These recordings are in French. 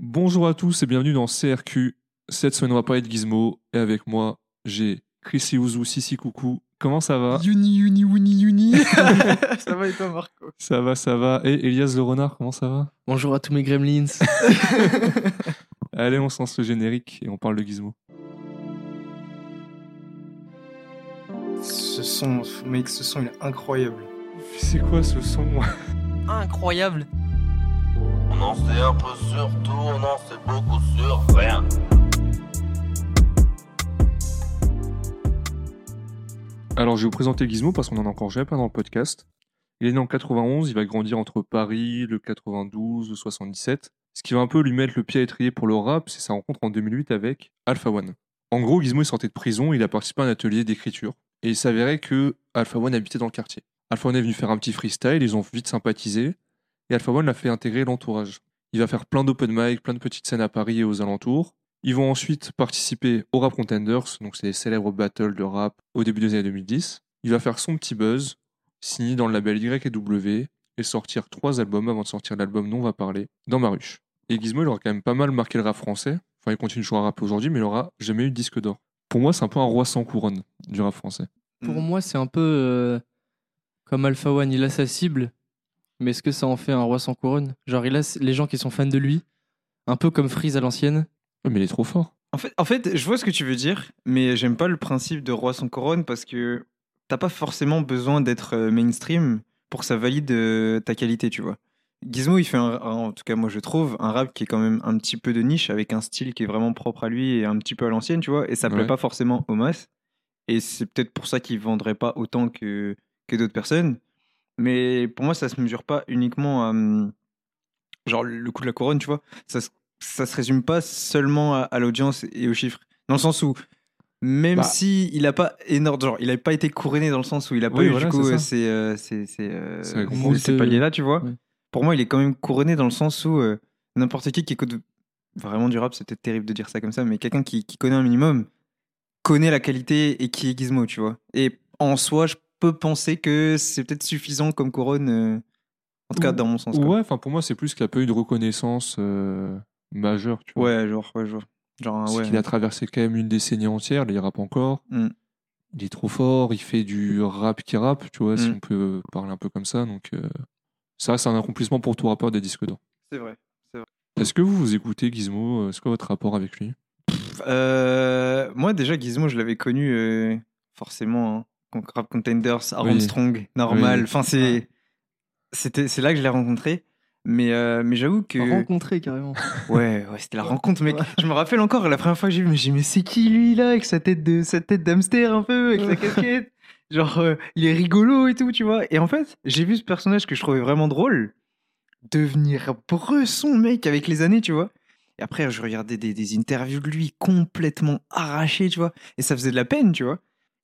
Bonjour à tous et bienvenue dans CRQ. Cette semaine, on va parler de Gizmo. Et avec moi, j'ai Chrissy Ouzou, Sissi Coucou. Comment ça va Uni, uni, uni, uni. ça va et toi, Marco Ça va, ça va. Et Elias le renard, comment ça va Bonjour à tous mes gremlins. Allez, on se lance le générique et on parle de Gizmo. Ce son, mec, ce son, il est incroyable. C'est quoi ce son Incroyable. On en sait un peu sur tout, on en sait beaucoup sur rien. Alors, je vais vous présenter Gizmo parce qu'on en a encore jamais pas dans le podcast. Il est né en 91, il va grandir entre Paris, le 92, le 77. Ce qui va un peu lui mettre le pied à l'étrier pour le rap, c'est sa rencontre en 2008 avec Alpha One. En gros, Gizmo il sortait de prison, il a participé à un atelier d'écriture et il s'avérait que Alpha One habitait dans le quartier. Alpha One est venu faire un petit freestyle, ils ont vite sympathisé et Alpha One l'a fait intégrer l'entourage. Il va faire plein d'open mic, plein de petites scènes à Paris et aux alentours. Ils vont ensuite participer au Rap Contenders, donc c'est les célèbres battles de rap au début des années 2010. Il va faire son petit buzz, signé dans le label YW, et sortir trois albums avant de sortir l'album dont on va parler, dans ma ruche. Et Gizmo, il aura quand même pas mal marqué le rap français. Enfin, il continue de jouer à rap aujourd'hui, mais il aura jamais eu de disque d'or. Pour moi, c'est un peu un roi sans couronne du rap français. Mm. Pour moi, c'est un peu euh, comme Alpha One, il a sa cible, mais est-ce que ça en fait un roi sans couronne Genre, il a s- les gens qui sont fans de lui, un peu comme Freeze à l'ancienne. Ouais, Mais il est trop fort. En fait, en fait, je vois ce que tu veux dire, mais j'aime pas le principe de roi sans couronne parce que t'as pas forcément besoin d'être euh, mainstream pour que ça valide euh, ta qualité, tu vois. Gizmo, il fait, un- un- en tout cas moi je trouve, un rap qui est quand même un petit peu de niche avec un style qui est vraiment propre à lui et un petit peu à l'ancienne, tu vois, et ça Ouais. plaît pas forcément aux masses. Et c'est peut-être pour ça qu'il vendrait pas autant que, que d'autres personnes. Mais pour moi, ça se mesure pas uniquement à hum, genre le coup de la couronne, tu vois. Ça, se- ça se résume pas seulement à, à l'audience et aux chiffres. Dans le sens où, même Bah. si il a pas énorme, genre il a pas été couronné dans le sens où il a pas Oui, eu voilà, du coup c'est ça. euh, ces, euh, ces- ces, euh, Ces ces- moult, ces euh, paliers-là, tu vois. ouais. Pour moi, il est quand même couronné dans le sens où euh, n'importe qui qui écoute vraiment du rap, c'est peut-être terrible de dire ça comme ça, mais quelqu'un qui, qui connaît un minimum connaît la qualité et qui est Gizmo, tu vois. Et en soi, je peux penser que c'est peut-être suffisant comme couronne, euh, en tout cas Ou- dans mon sens. quoi. Ouais, enfin pour moi, c'est plus qu'il a pas eu de reconnaissance euh, majeure, tu vois. Ouais, genre, ouais, je vois. Genre, C'est Ah ouais. qu'il a traversé quand même une décennie entière, là, il rappe encore. Mm. Il est trop fort, il fait du rap qui rappe, tu vois, si Mm. on peut parler un peu comme ça. Donc, euh, ça, c'est un accomplissement pour tout rappeur des disques d'or. C'est vrai. Est-ce que vous vous écoutez, Gizmo C'est quoi votre rapport avec lui Euh, moi, déjà, Gizmo, je l'avais connu euh, forcément. hein, con- Rap Contenders, Armstrong, normal. Oui. Enfin, c'est. C'était, c'est là que je l'ai rencontré. Mais, euh, mais j'avoue que. Rencontré carrément. Ouais, ouais, c'était la Ouais. rencontre, mec. Ouais. Je me rappelle encore, la première fois que j'ai vu, mais j'ai dit, mais c'est qui lui là, avec sa tête de sa tête d'hamster un peu, avec sa casquette. Genre, euh, il est rigolo et tout, tu vois. Et en fait, j'ai vu ce personnage que je trouvais vraiment drôle devenir bresson, mec, avec les années, tu vois. Et après, je regardais des, des interviews de lui complètement arraché, tu vois. Et ça faisait de la peine, tu vois.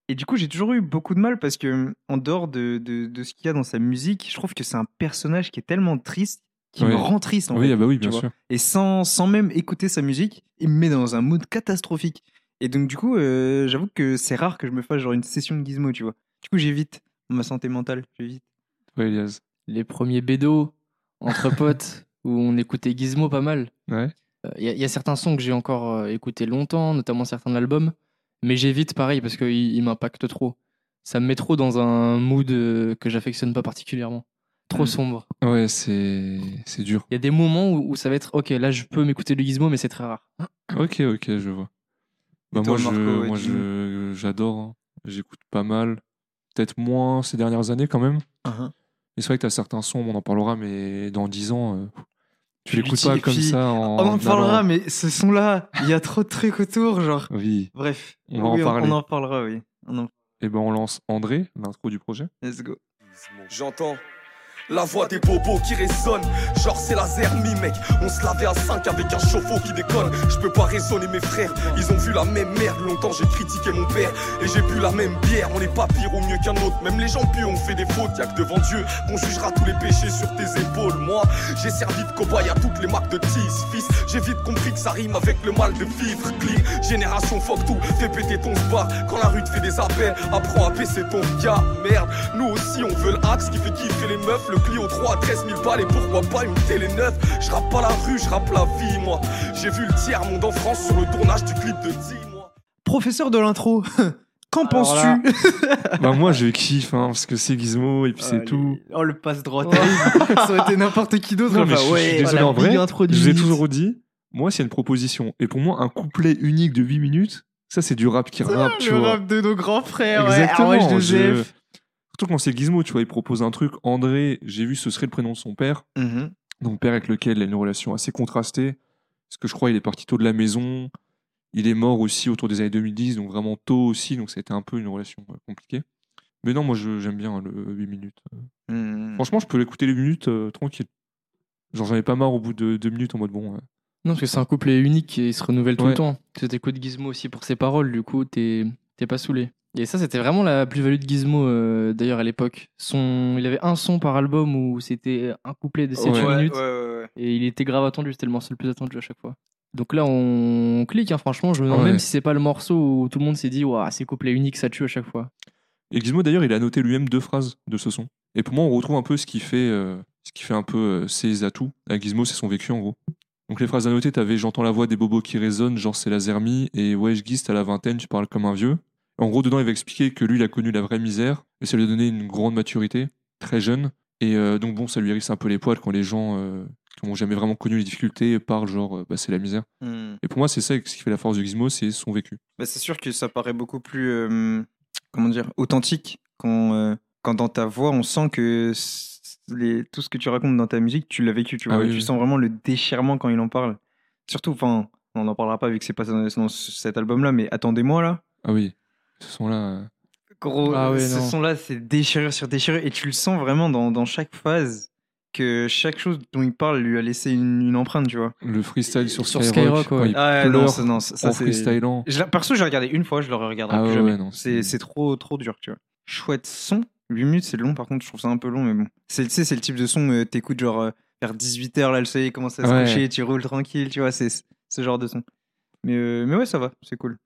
Et du coup, j'ai toujours eu beaucoup de mal parce que, euh, en dehors de, de, de ce qu'il y a dans sa musique, je trouve que c'est un personnage qui est tellement triste, qui Ouais. me rend triste, en Oui, fait ah bah oui, bien tu vois. sûr. et sans, sans même écouter sa musique, il me met dans un mood catastrophique. Et donc, du coup, euh, j'avoue que c'est rare que je me fasse genre une session de gizmo, tu vois. Du coup, j'évite ma santé mentale, j'évite. Toi, Elias Les premiers bédos entre potes où on écoutait Gizmo pas mal. Ouais. Il y, a certains sons que j'ai encore euh, écoutés longtemps, notamment certains albums, mais j'évite pareil parce qu'ils m'impactent trop. Ça me met trop dans un mood euh, que j'affectionne pas particulièrement. Trop Mm. sombre. Ouais, c'est c'est dur. Il y a des moments où, où ça va être ok, là je peux m'écouter du gizmo, mais c'est très rare. Ok, ok, je vois. Bah, moi, toi, je- Marco, ouais, moi, dis-nous. je- j'adore. hein. J'écoute pas mal. Peut-être moins ces dernières années, quand même. Mais c'est vrai que t'as certains sons, on en parlera, mais dans 10 ans, euh, tu Puis l'écoutes l'outil, pas et comme puis- ça en. Ah, On en parlera, allant- mais ce son-là, il y a trop de trucs autour, genre. Oui. Bref, On va en Oui, parler. On, en parlera, oui. On en- Et ben on lance André, l'intro du projet. Let's go. J'entends la voix des bobos qui résonne, genre c'est la zermie mec, on se lavait à 5 avec un chauffe-eau qui déconne, je peux pas raisonner mes frères, ils ont vu la même merde, longtemps j'ai critiqué mon père, et j'ai bu la même bière, on est pas pire ou mieux qu'un autre, même les gens pieux ont fait des fautes, y'a que devant Dieu qu'on jugera tous les péchés sur tes épaules, moi j'ai servi de cobaye à toutes les marques de tease, fils, j'ai vite compris que ça rime avec le mal de vivre, clean, génération fuck tout, fais péter ton spa, quand la rue te fait des appels, apprends à baisser ton gars, merde, nous aussi on veut l'axe qui fait kiffer les meufs, le le Clio 3 à 13 000 balles et pourquoi pas une télé neuve Je rappe pas la rue, je rappe la vie moi J'ai vu le tiers monde en France sur le tournage du clip de 10 mois Professeur de l'intro, qu'en Alors là, penses-tu bah, moi, je kiffe, hein, parce que c'est Gizmo, et puis c'est Oh, tout. les- Oh, le passe droit. Oh. Ça aurait été n'importe qui d'autre. Non, on mais je- va, je suis ouais, désolé, la en vrai, big intro de Je vous ai minute. toujours dit, moi, c'est une proposition. Et pour moi, un couplet unique de 8 minutes, ça, c'est du rap qui rappe, tu Ah, le vois. rap de nos grands frères. Exactement. Ouais, R.O.H. de je- Jeff. Surtout quand c'est Gizmo, tu vois, il propose un truc. André, j'ai vu, ce serait le prénom de son père. Mhm. Donc, père avec lequel il a une relation assez contrastée. Parce que je crois il est parti tôt de la maison. Il est mort aussi autour des années 2010, donc vraiment tôt aussi. Donc, c'était un peu une relation euh, compliquée. Mais non, moi, je- j'aime bien hein, le 8 minutes. Mhm. Franchement, je peux l'écouter les minutes euh, tranquille. Genre, j'en ai pas marre au bout de deux minutes en mode bon. euh, Non, parce que c'est un couplet unique et il se renouvelle tout Ouais. le temps. Tu t'écoutes Gizmo aussi pour ses paroles, du coup, t'es t'es pas saoulé. Et ça, c'était vraiment la plus-value de Gizmo, euh, d'ailleurs, à l'époque. Son... Il avait un son par album où c'était un couplet de 7 Ouais. Ouais, minutes. ouais, ouais, ouais. Et il était grave attendu, c'était le morceau le plus attendu à chaque fois. Donc là, on, on clique, hein, franchement. Je me demande Ouais. même si c'est pas le morceau où tout le monde s'est dit, waouh, c'est couplet unique, ça tue à chaque fois. Et Gizmo d'ailleurs, il a noté lui-même deux phrases de ce son. Et pour moi, on retrouve un peu ce qui fait, euh, ce qui fait un peu euh, ses atouts. À Gizmo, c'est son vécu en gros. Donc les phrases à noter, t'avais j'entends la voix des bobos qui résonne, genre c'est la zermie, et ouais, je guise, t'as la vingtaine, tu parles comme un vieux. En gros, dedans, il va expliquer que lui, il a connu la vraie misère, et ça lui a donné une grande maturité, très jeune. Et euh, donc bon, ça lui hérisse un peu les poils quand les gens euh, qui n'ont jamais vraiment connu les difficultés parlent genre, euh, bah, c'est la misère. Mhm. Et pour moi, c'est ça ce qui fait la force de Gizmo, c'est son vécu. Bah, c'est sûr que ça paraît beaucoup plus euh, comment dire authentique quand euh, quand dans ta voix on sent que c- les, tout ce que tu racontes dans ta musique tu l'as vécu tu Ah vois oui, tu oui. sens vraiment le déchirement quand il en parle surtout enfin on n'en parlera pas vu que c'est pas dans, dans ce- cet album là mais attendez-moi là Ah oui, ce son là. euh, gros Ah ouais, ce non. son là c'est déchirure sur déchirure et tu le sens vraiment dans, dans chaque phase que chaque chose dont il parle lui a laissé une, une empreinte tu vois Le freestyle sur, Sur Skyrock, Skyrock, quand ouais. il ah ouais, pleure non, ça, non, ça, ça, en c'est- freestylant. Je la- perso, j'ai regardé une fois, je le regarderai Ah plus ouais, jamais. ouais, non, c'est- Mmh. c'est c'est trop, trop dur, tu vois. Chouette son. 8 minutes, c'est long, par contre, je trouve ça un peu long, mais bon. C'est- Tu sais, c'est le type de son, euh, t'écoutes genre euh, vers 18h, là, le soleil commence à se Ouais. coucher, tu roules tranquille, tu vois, c'est c'est ce genre de son. Mais, euh, mais ouais, ça va, c'est cool.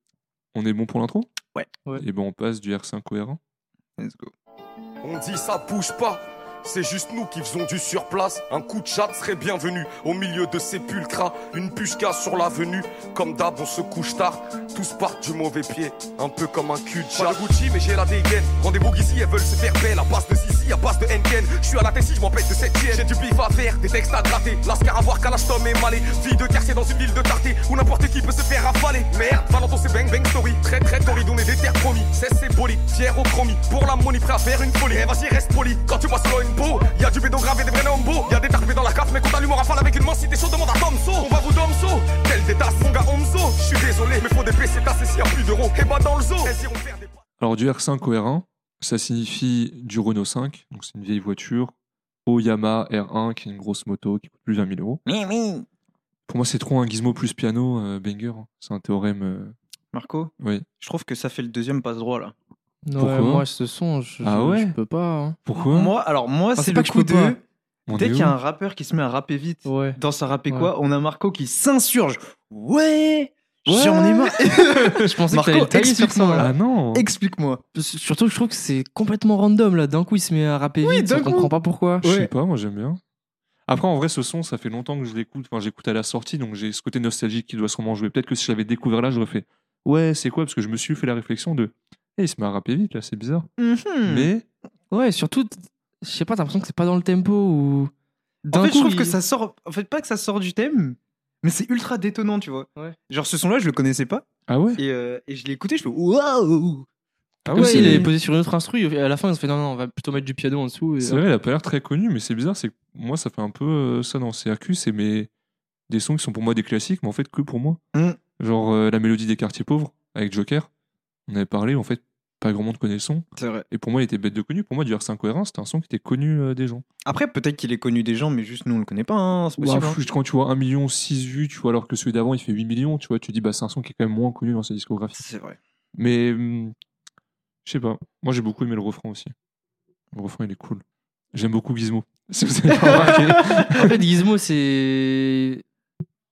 On est bon pour l'intro Ouais. Ouais. Et ben on passe du R5 au R1. Let's go. On dit ça bouge pas c'est juste nous qui faisons du surplace. Un coup de chat serait bienvenu au milieu de ces pulcras. Une pushka sur l'avenue. Comme d'hab, on se couche tard. Tous partent du mauvais pied. Un peu comme un cul de chat. Pas de Gucci, mais j'ai la dégaine. Rendez-vous qu'ici, elles veulent se faire belle. À passe de Sissi, à passe de Henken. Je suis à la Tessie, je m'embête de cette chienne. J'ai du bif à faire, des textes à gratter. Lascar à voir, Kalashtom et Malé. Fille de quartier dans une ville de tarté. Où n'importe qui peut se faire avaler. Merde, Valentin, c'est bang bang story. Très très torride, on est des terres promis. C'est c'est poli, fier au promis. Pour la money, prêt à faire une folie. Eh, vas-y, reste poli. Quand tu passes sur une peau, y a du bédon grave et des vrais nombos. Y a des tarpés dans la cave, mais quand t'allumes en rafale avec une mancité chaud, demande à Tomso. On va vous Domso. Quel détasse, mon gars Omzo. Je suis désolé, mais faut des PC tasses ici à plus d'euros. Et bah dans le zoo, elles iront faire des. Alors du R5 au R1, ça signifie du Renault 5, donc c'est une vieille voiture, au Yamaha R1 qui est une grosse moto qui coûte plus de 20 000 euros. Pour moi c'est trop un gizmo plus piano euh, banger, hein. c'est un théorème. euh, Marco, Oui. je trouve que ça fait le deuxième passe droit, là. Non, Pourquoi ouais, moi, ce son, je, Ah je- ouais je peux pas. hein. Pourquoi Moi, alors, moi, Enfin, c'est c'est le pas que je coup peux pas. de. On Dès est qu'il y a où un rappeur qui se met à rapper vite, Ouais. dans sa rapper Ouais. quoi, on a Marco qui s'insurge. Ouais! J'en ai marre! je pensais Marco, que t'allais le tailler sur ça. explique-moi, là. Ah non Explique-moi! Surtout que je trouve que c'est complètement random là. D'un coup, il se met à rapper Oui, vite, d'un on coup. comprend pas pourquoi. Je sais Ouais. pas, moi j'aime bien. Après, en vrai, ce son, ça fait longtemps que je l'écoute. Enfin, j'écoute à la sortie, donc j'ai ce côté nostalgique qui doit sûrement jouer. Peut-être que si je l'avais découvert là, j'aurais fait Ouais, c'est quoi Parce que je me suis fait la réflexion de Eh, il se met à rapper vite là, c'est bizarre. Hmm. Mhm. Mais Ouais, surtout, t- je sais pas, t'as l'impression que c'est pas dans le tempo ou. En d'un fait, je coup, trouve que il- ça sort. En fait, pas que ça sort du thème, mais c'est ultra détonnant, tu vois. Ouais. Genre, ce son-là, je le connaissais pas Ah ouais et, euh, et je l'ai écouté, je fais waouh! Ah Comme ouais, s'il il- est posé sur une autre instru, et à la fin ils ont fait non, non, on va plutôt mettre du piano en dessous. et- C'est vrai, il a pas l'air très connu, mais c'est bizarre. C'est que moi, ça fait un peu euh, ça dans CRQ. C'est mes... des sons qui sont pour moi des classiques, mais en fait que pour moi. Hmm. Mm. Genre euh, La mélodie des quartiers pauvres avec Joker. On avait parlé, en fait, pas grand monde connaît le son. C'est vrai. Et pour moi, il était bête de connu. Pour moi, du R5 R1, c'était un son qui était connu euh, des gens. Après, peut-être qu'il est connu des gens, mais juste nous, on le connaît pas, hein, c'est Ouah, possible. hein. pff, quand tu vois 1 million 6 vues, tu vois, alors que celui d'avant il fait 8 millions, tu vois, tu dis bah c'est un son qui est quand même moins connu dans sa discographie. C'est vrai. Mais hum, je sais pas, moi j'ai beaucoup aimé le refrain aussi. Le refrain il est cool. J'aime beaucoup Gizmo. Si vous avez pas remarqué. En fait, Gizmo, c'est.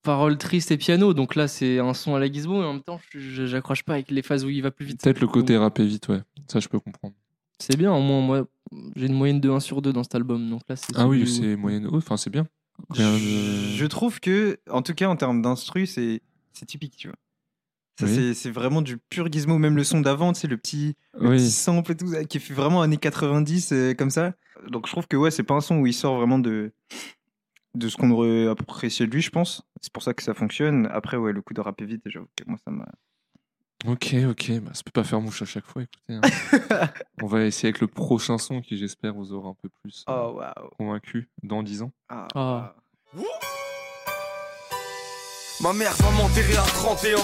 Paroles tristes et piano, donc là c'est un son à la Gizmo, et en même temps je- je- j'accroche pas avec les phases où il va plus vite. Peut-être le côté rappé vite, ouais. Ça je peux comprendre. C'est bien, au moins, moi, J'ai une moyenne de 1 sur 2 dans cet album, donc là c'est. Ah oui, du- c'est moyenne haute, enfin c'est bien. Rien de- Je je trouve que, en tout cas, en termes d'instru, c'est c'est typique, tu vois. Ça, Oui. c'est- c'est vraiment du pur gizmo. Même le son d'avant, tu sais, le petit, le petit Oui, sample et tout, ça, qui fait vraiment années 90, euh, comme ça. Donc je trouve que, ouais, c'est pas un son où il sort vraiment de, de ce qu'on aurait apprécié de lui, je pense. C'est pour ça que ça fonctionne. Après, ouais, le coup de rapper vite, j'avoue que moi, ça m'a. ok, ok, bah, ça peut pas faire mouche à chaque fois, écoutez. hein. On va essayer avec le prochain son qui, j'espère, vous aura un peu plus euh, Oh, waouh. convaincu dans 10 ans. Ah, Ah. Ma mère va m'enterrer à 31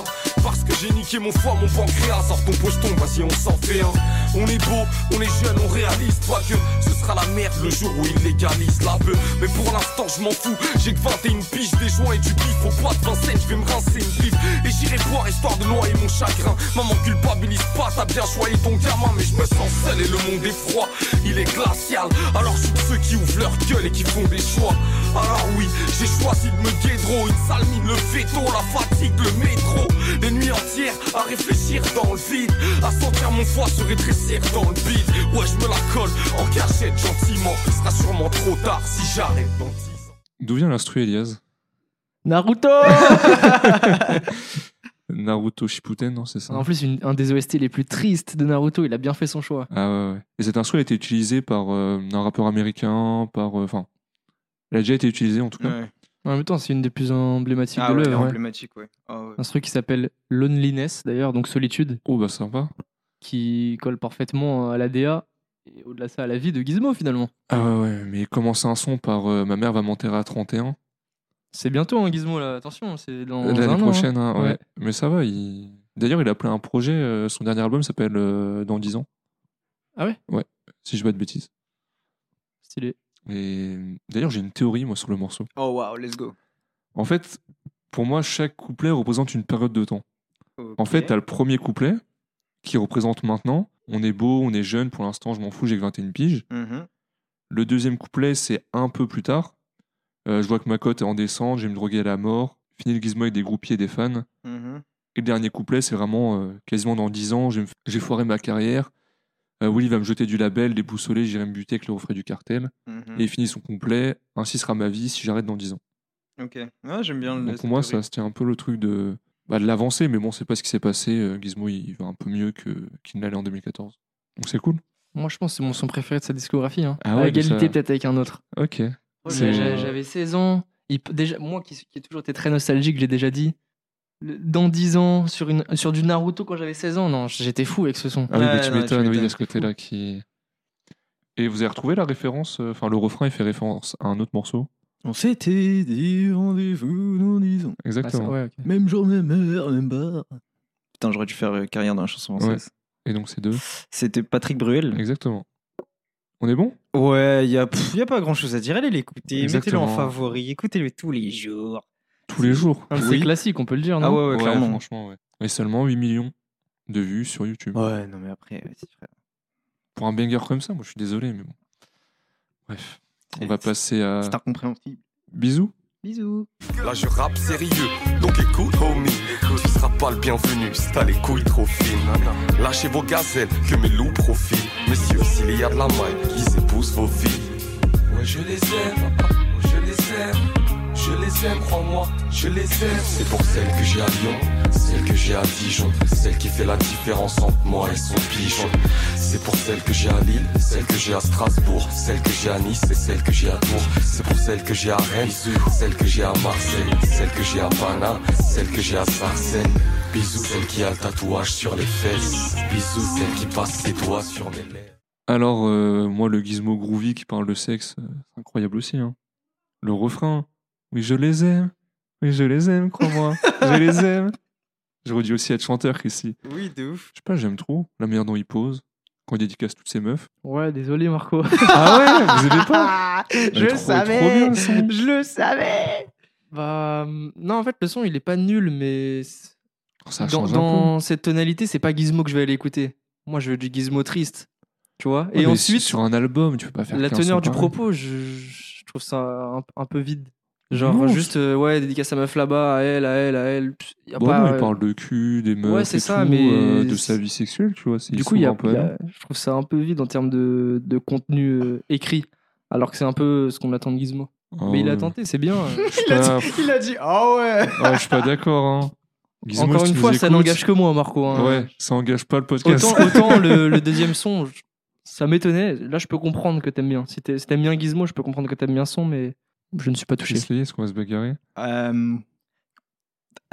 Parce que j'ai niqué mon foie, mon pancréas Sors ton poston, vas-y on s'en fait un On est beau, on est jeune, on réalise Toi que ce sera la merde le jour où ils légalisent la beuh Mais pour l'instant je m'en fous J'ai que 21 piges, des joints et du bif Au bois de Vincennes, je vais me rincer une bif Et j'irai boire histoire de noyer mon chagrin Maman culpabilise pas, t'as bien choisi ton gamin Mais je me sens seul et le monde est froid Il est glacial, alors je suis de ceux qui ouvrent leur gueule Et qui font des choix alors oui, j'ai choisi de me guédro Une sale mine, le veto, la fatigue, le métro Les nuits entières à réfléchir dans le vide À sentir mon foie se rétrécir dans le bide Ouais, je me la colle en cachette gentiment Ce sera sûrement trop tard si j'arrête dans 10 ans D'où vient l'instru, Elias Naruto Naruto Shippuden, non, c'est ça En plus, une- un des OST les plus tristes de Naruto, il a bien fait son choix. Ah ouais, ouais. Et cet instru a été utilisé par euh, un rappeur américain, par. euh, Enfin. elle a déjà été utilisée en tout cas. ouais. En même temps, c'est une des plus emblématiques Ah de ouais, l'œuvre. ouais. emblématique, ouais. Ah ouais. Un truc qui s'appelle Loneliness, d'ailleurs, donc solitude, Oh bah sympa. qui colle parfaitement à la DA et au-delà de ça à la vie de Gizmo finalement. Ah ouais, ouais, mais commencer un son par euh, Ma mère va m'enterrer à 31 C'est bientôt hein, Gizmo là, attention, c'est dans un an, l'année hein. prochaine, hein, ouais. Ouais. Mais ça va, il. D'ailleurs, il a plein un projet, euh, son dernier album s'appelle euh, Dans 10 ans. Ah ouais Ouais, si je dis pas de bêtises. Stylé. Et d'ailleurs, j'ai une théorie, moi, sur le morceau. Oh, waouh, let's go. En fait, pour moi, chaque couplet représente une période de temps. En fait, t'as le premier couplet qui représente maintenant. On est beau, on est jeune, pour l'instant, je m'en fous, j'ai que 21 piges. Mhm. Le deuxième couplet, c'est un peu plus tard. Euh, je vois que ma cote est en descente, je vais me droguer à la mort. Fini le gizmo avec des groupiers et des fans. Mhm. Et le dernier couplet, c'est vraiment euh, quasiment dans 10 ans, je vais me f- j'ai foiré ma carrière. Euh, Willy va me jeter du label, déboussolé, j'irai me buter avec le refrain du cartel. Mhm. Et il finit son couplet, ainsi sera ma vie si j'arrête dans 10 ans. Ok. Ouais, j'aime bien le. Donc cette pour moi, théorie. ça c'était un peu le truc de, bah, de l'avancée, mais bon, c'est pas ce qui s'est passé. Euh, Gizmo, il va un peu mieux que qu'il ne l'allait en 2014. Donc c'est cool. Moi je pense que c'est mon son préféré de sa discographie. Hein. Ah à ouais, mais égalité ça- peut-être avec un autre. Ok. Oh, C'est- J'a- J'avais 16 ans. Il p- déjà, moi qui, qui ai toujours été très nostalgique, je l'ai déjà dit. Le- Dans 10 ans, sur, une, sur du Naruto quand j'avais 16 ans, non, j'étais fou avec ce son. Ah oui, Ouais, mais tu non, tu m'étonnes, oui, il y a m'étonnes. ce côté-là qui. Et vous avez retrouvé la référence, euh, enfin le refrain, il fait référence à un autre morceau. On s'était dit rendez-vous dans 10 ans. Ah, ça- Exactement. ouais, ok. Même jour, même heure, même bar. Putain, j'aurais dû faire euh, carrière dans la chanson française. Et donc c'est deux. C'était Patrick Bruel. Exactement. On est bon Ouais, il n'y a, pff, y a pas grand-chose à dire. Allez l'écouter, mettez-le en Exactement. favori, écoutez-le tous les jours. Tous les jours. Un de ses Oui. classiques, on peut le dire, non Ah ouais, ouais, clairement. franchement, ouais. Et seulement 8 millions de vues sur YouTube. Ouais, non mais après, vas-y, frère. Pour un banger comme ça, moi je suis désolé, mais bon. Bref. On va passer à. C'est incompréhensible. Bisous. Bisous. Là je rappe sérieux, donc écoute homie Tu seras pas le bienvenu si t'as les couilles trop fines Lâchez vos gazelles que mes loups profitent Messieurs, s'il y a de la maille, ils épousent vos filles Ouais je les aime, je les aime je les aime, crois-moi, je les aime. C'est pour celle que j'ai à Lyon, celle que j'ai à Dijon, celle qui fait la différence entre moi et son pigeon. C'est pour celle que j'ai à Lille, celle que j'ai à Strasbourg, celle que j'ai à Nice et celle que j'ai à Tours. C'est pour celle que j'ai à Rennes, celle que j'ai à Marseille, celle que j'ai à Pana, celle que j'ai à Sarcelles. Bisous, celle qui a le tatouage sur les fesses. Bisous, celle qui passe ses doigts sur mes lèvres. Alors, euh, moi, le gizmo groovy qui parle de sexe, euh, c'est incroyable aussi. hein. Le refrain, oui, je les aime, oui, je les aime, crois-moi, je les aime. J'aurais dû aussi être chanteur qu'ici. Oui, de ouf. Je sais pas, j'aime trop la manière dont il pose, quand il dédicace toutes ses meufs. Ouais, désolé Marco. Ah ouais, vous aimez pas Ah, Mais trop- trop bien, le son. Je le savais bah, hum, non, en fait, le son, il est pas nul, mais c- Ça dans, change un peu. dans cette tonalité, c'est pas Gizmo que je vais aller écouter. Moi, je veux du Gizmo triste, tu vois. Ouais, mais Et ensuite, sur un album, tu peux pas faire la qu'un son teneur du pareil. propos, je, je trouve ça un, un peu vide. Genre, Non, juste, euh, ouais, dédicace à meuf là-bas, à elle, à elle, à elle. Pff, y a Bon, pas, non, il euh, parle de cul, des meufs, c'est et ça, tout, mais euh, de c'est- sa vie sexuelle, tu vois. c'est- Du il coup, il y a, s'ouvre un peu à il y a- nous. je trouve ça un peu vide en termes de, de contenu euh, écrit, alors que c'est un peu ce qu'on attend de Gizmo. Ah mais il a ouais. tenté, c'est bien. Il a Ah, dit, il a dit, ah ouais. ouais, je suis pas d'accord. Hein. Gizmo, Encore si une tu fois, nous ça écoutes, n'engage que moi, Marco. hein. Ouais, ça engage pas le podcast. Autant, autant le, le deuxième son, je- ça m'étonnait. Là, je peux comprendre que t'aimes bien. Si t'es- si t'aimes bien Gizmo, je peux comprendre que t'aimes bien son, mais je ne suis pas touché. Essayez, est-ce qu'on va se bagarrer Euh,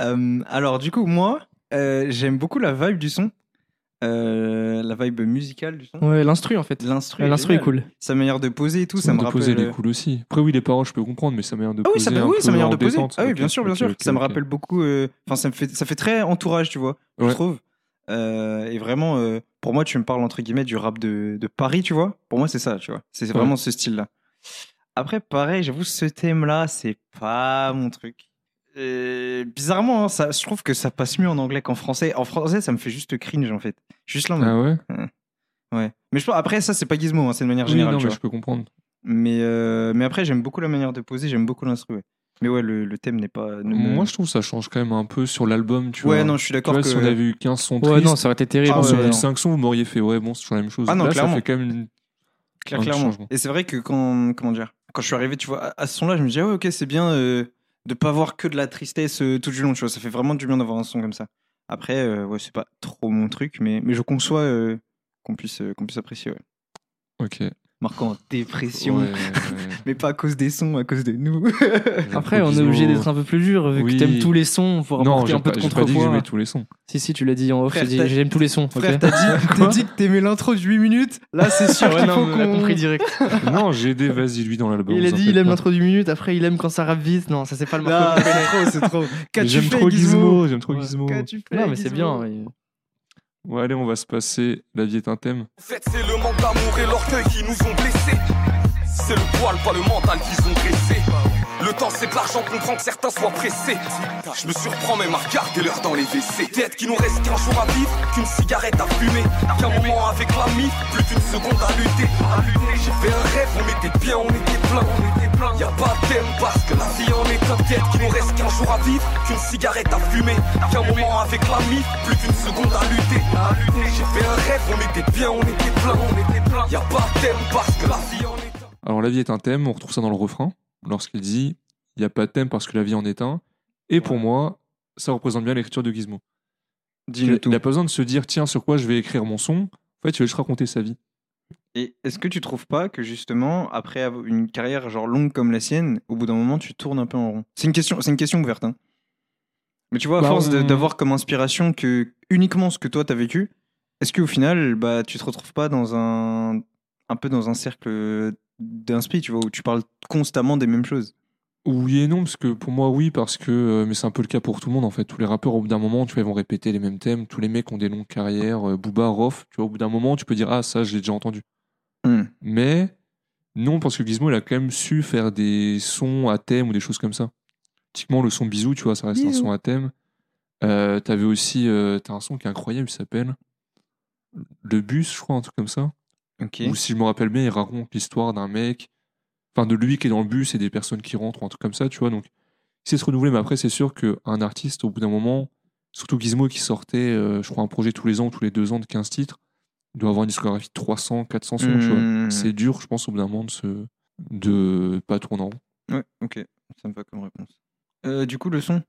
euh, alors, du coup, moi, euh, j'aime beaucoup la vibe du son, euh, la vibe musicale du son. Ouais, l'instru en fait. L'instru, Ouais, L'instru est cool. génial. Sa manière de poser et tout, ça Sa me manière de poser, rappelle. euh, elle est cool aussi. Après, oui, les paroles, je peux comprendre, mais sa manière de Ah oui, poser. ça, un oui, peu sa manière en de poser. détente. ah oui, Ok, bien sûr, bien ok, sûr. ok, ça me ok. rappelle beaucoup. euh, Enfin, ça me fait, ça fait très entourage, tu vois. Ouais. Je trouve. Euh, et vraiment, euh, pour moi, tu me parles entre guillemets du rap de, de Paris, tu vois. Pour moi, c'est ça, tu vois. C'est vraiment ce style-là. Après, pareil, j'avoue, ce thème-là, c'est pas mon truc. Euh, bizarrement, hein, ça, je trouve que ça passe mieux en anglais qu'en français. En français, ça me fait juste cringe, en fait. Juste là, en mode, Ah ouais ouais. Mais je pense, après, ça, c'est pas Gizmo, hein, c'est de manière Ah. Oui, générale, non, tu mais vois. je peux comprendre. Mais, euh, mais après, j'aime beaucoup la manière de poser, j'aime beaucoup l'instru. ouais. Mais ouais, le, le thème n'est pas. ne me- Moi, je trouve que ça change quand même un peu sur l'album, tu ouais, vois. non, je suis Tu d'accord vois, que. si on avait eu 15 sons Ouais, non, tristes, ça aurait été terrible. Ah si on ouais, avait eu non. 5 sons, vous m'auriez fait, ouais, bon, c'est toujours la même chose. Ah non, Là, clairement. ça fait quand même une Claire- Un clairement. changement. Et c'est vrai que quand, comment dire, quand je suis arrivé, tu vois, à, à ce son-là, je me disais, ah ouais, ok, c'est bien euh, de pas avoir que de la tristesse euh, tout du long, tu vois. Ça fait vraiment du bien d'avoir un son comme ça. Après, euh, ouais, c'est pas trop mon truc, mais, mais je conçois euh, qu'on puisse, euh, qu'on puisse apprécier. Ouais. Ok. Marquant en dépression, Ouais, ouais. mais pas à cause des sons, à cause de nous. Après, on est obligé d'être un peu plus dur, vu Oui. que t'aimes tous les sons, faut Non, rapporter j'ai un peu pas, de j'ai pas dit que j'aimais contrepoids. tous les sons. Si, si, tu l'as dit en off, Frère, j'ai dit t'as- j'aime tous les sons. ok Frère, t'as dit, t'as dit que t'aimais l'intro de 8 minutes. Là, c'est sûr Ouais, qu'il non, faut mais on a qu'on- compris direct. non, j'ai des vas-y lui dans l'album. il a vous en dit faites il aime pas. l'intro du minute, après il aime quand ça rappe vite. Non, ça c'est pas le Là, marco. c'est trop, c'est trop. Mais Qu'as-tu J'aime fait, trop Gizmo Gizmo, j'aime trop Ouais. Gizmo. Qu'as-tu fait, Non, mais c'est bien. Gizmo ouais. Ouais, allez, on va se passer. La vie est un thème. En fait, c'est le manque d'amour et l'orgueil qui nous ont blessés. C'est le poil, pas le mental qu'ils ont dressé. Le temps, c'est de l'argent, comprend que certains soient pressés. Je me surprends même à regarder l'heure dans les WC. Peut-être qu'il nous reste qu'un jour à vivre, qu'une cigarette à fumer. Qu'un moment avec l'ami, plus qu'une seconde à lutter. À lutter. J'ai fait un rêve, on était bien, on était plein. On était plein. Y a pas de thème parce que la vie en est un. Peut-être qu'il nous reste qu'un jour à vivre, qu'une cigarette à fumer. Qu'un moment avec l'ami, plus qu'une seconde à lutter. À lutter. J'ai fait un rêve, on était bien, on était plein. On était plein. Y a pas de thème parce que la vie en est un. Alors, la vie est un thème, on retrouve ça dans le refrain, lorsqu'il dit il n'y a pas de thème parce que la vie en est un. Et pour moi, ça représente bien l'écriture de Gizmo. Dis-le Il tout. n'a pas besoin de se dire tiens, sur quoi je vais écrire mon son. En fait, il va juste raconter sa vie. Et est-ce que tu trouves pas que justement, après avoir une carrière genre longue comme la sienne, au bout d'un moment, tu tournes un peu en rond C'est une question, c'est une question ouverte. hein. Mais tu vois, à Bah, force de- on- d'avoir comme inspiration que uniquement ce que toi t'as vécu, est-ce qu'au final, bah, tu te retrouves pas dans un, un peu dans un cercle d'inspi, tu vois, où tu parles constamment des mêmes choses Oui et non, parce que pour moi, oui, parce que. euh, mais c'est un peu le cas pour tout le monde, en fait. Tous les rappeurs, au bout d'un moment, tu vois, ils vont répéter les mêmes thèmes. Tous les mecs ont des longues carrières. euh, Booba, Rof, tu vois, au bout d'un moment, tu peux dire ah, ça, je l'ai déjà entendu. Hmm. Mais non, parce que Gizmo, il a quand même su faire des sons à thème ou des choses comme ça. Typiquement, le son bisou, tu vois, ça reste un Bisou. son à thème. Euh, T'avais aussi, euh, t'as un son qui est incroyable, il s'appelle Le Bus, je crois, un truc comme ça. Ok. Ou si je me rappelle bien, il raconte l'histoire d'un mec, enfin de lui qui est dans le bus et des personnes qui rentrent, ou un truc comme ça, tu vois. Donc, il sait se renouveler, mais après, c'est sûr qu'un artiste, au bout d'un moment, surtout Gizmo qui sortait, euh, je crois, un projet tous les ans, ou tous les deux ans de 15 titres, doit avoir une discographie de 300, 400 sons, tu vois Hmm. c'est dur, je pense, au bout d'un moment de se de pas tourner en rond. Ouais, ok, ça me va comme réponse. Euh, du coup, le son.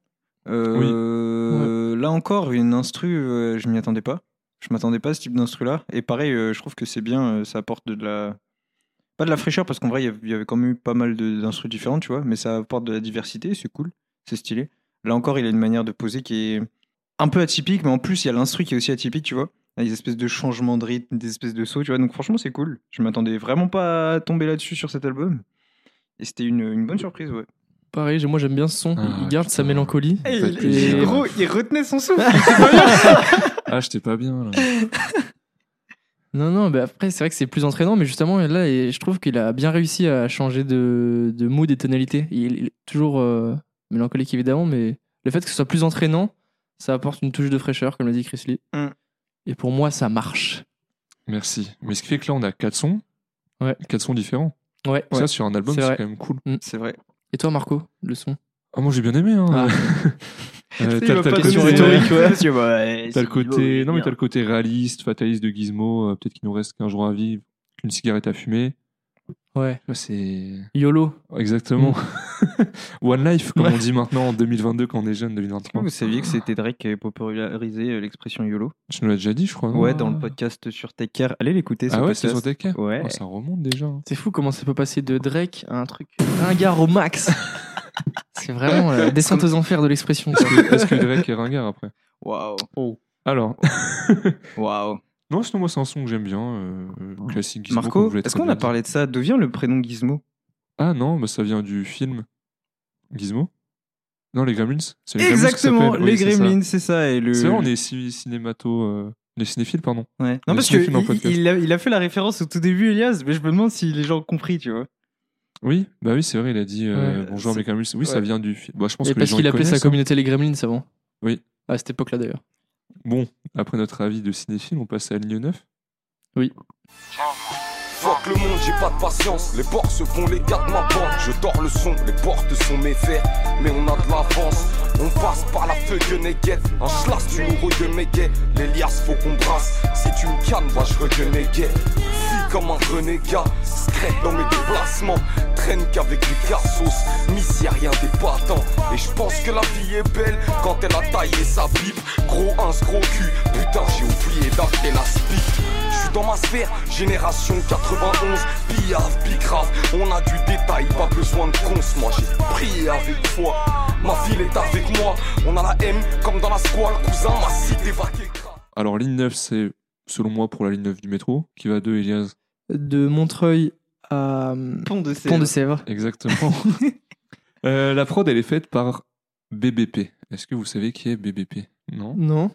Euh, Là encore, une instru, euh, je m'y attendais pas. Je m'attendais pas à ce type d'instru-là. Et pareil, euh, je trouve que c'est bien, euh, ça apporte de la. Pas de la fraîcheur, parce qu'en vrai, il y avait- il y avait quand même eu pas mal de- d'instrus différentes, tu vois, mais ça apporte de la diversité, c'est cool, c'est stylé. Là encore, il a une manière de poser qui est un peu atypique, mais en plus, il y a l'instru qui est aussi atypique, tu vois. Il y a des espèces de changements de rythme, des espèces de sauts, tu vois. Donc franchement, c'est cool. Je m'attendais vraiment pas à tomber là-dessus sur cet album. Et c'était une, une bonne surprise, ouais. Pareil, j'ai- moi j'aime bien ce son. Ah, il garde sa putain. mélancolie. Hey, Et il- il- gros, il retenait son souffle. Ah, j'étais pas bien là. Non, non, bah après, c'est vrai que c'est plus entraînant, mais justement, là, et je trouve qu'il a bien réussi à changer de, de mood et tonalité. Il, il est toujours euh, mélancolique, évidemment, mais le fait que ce soit plus entraînant, ça apporte une touche de fraîcheur, comme l'a dit Chris Lee. Mm. Et pour moi, ça marche. Merci. Mais ce qui fait que là, on a quatre sons, Ouais. quatre sons différents. Ouais, Ça, sur un album, C'est c'est vrai. quand même cool. c'est vrai. Et toi, Marco, le son Ah, moi j'ai bien aimé. Hein. Ah. Euh, Tu sais, t'as- il va t'as pas le donner question ses- côté- rhétorique, ouais. Monsieur, bah, euh, T'as c'est le Guillaume, côté, il non mais vient. t'as le côté réaliste, fataliste de Gizmo. euh, Peut-être qu'il nous reste qu'un jour à vivre, qu'une cigarette à fumer. Ouais. Ouais, C'est YOLO. exactement one life comme Ouais. on dit maintenant en 2022 quand on est jeune, Est-ce que 2023. Vous saviez que c'était Drake qui avait popularisé euh, l'expression YOLO Tu nous l'as déjà dit, je crois. non Ouais, dans le podcast sur Take Care. Allez l'écouter, ce Ah ouais, c'est podcast. sur TK. Ouais. Oh, ça remonte déjà. hein. C'est fou comment ça peut passer de Drake à un truc ringard au max. C'est vraiment la descente aux enfers de l'expression. quoi. Est-ce que Drake est ringard après Waouh. Alors, Waouh. non, sinon moi c'est un son que j'aime bien, euh, euh, classique Gizmo. comme Marco, vous l'avez est-ce très qu'on a bien dit. parlé de ça D'où vient le prénom Gizmo Ah non, bah, ça vient du film Gizmo Non, les Gremlins c'est les Gremlins qui Exactement, s'appellent, les oui, c'est ça. Gremlins, c'est ça. et le- C'est vrai, on est ci- cinémato. euh, les cinéphiles, pardon. Ouais. Les Non, parce que cinéphiles en il, podcast. il a, il a fait la référence au tout début, Elias, mais je me demande si les gens ont compris, tu vois. Oui, bah oui, c'est vrai, il a dit euh, Ouais, bonjour c'est- mes Gremlins. Oui, ça ouais. vient du film. Bah, je pense Et que les parce gens qu'il le appelait sa connaissent, hein. communauté les Gremlins avant. Oui. À cette époque-là d'ailleurs. Bon, après notre avis de cinéphile, on passe à la ligne 9. Fuck le monde, j'ai pas de patience. Les bords se font les quatre ma bande. Je dors le son, les portes sont mes fers, mais on a de l'avance. On passe par la feuille de Negev, un schlass du bourreau de Megay. Les liasses faut qu'on brasse. Si tu me calmes, moi je regenégais. Fille comme un renégat, secret dans mes déplacements. Traîne qu'avec du cassos, miss y'a rien d'épatant. Et je pense que la vie est belle quand elle a taillé sa pipe. Gros un gros cul, putain j'ai oublié d'acheter la spic. Je suis dans ma sphère, génération 91, piaf, picrave, on a du détail, pas besoin de cons, moi j'ai prié avec foi, ma fille est avec moi, on a la haine comme dans la squale, cousin, ma cité va qu'écrase. Alors, ligne 9, c'est selon moi pour la ligne 9 du métro, qui va de Elias. De Montreuil à euh, Pont de Pont de Sèvres. Exactement. Euh, la prod, elle est faite par BBP. Est-ce que vous savez qui est BBP Non. Non.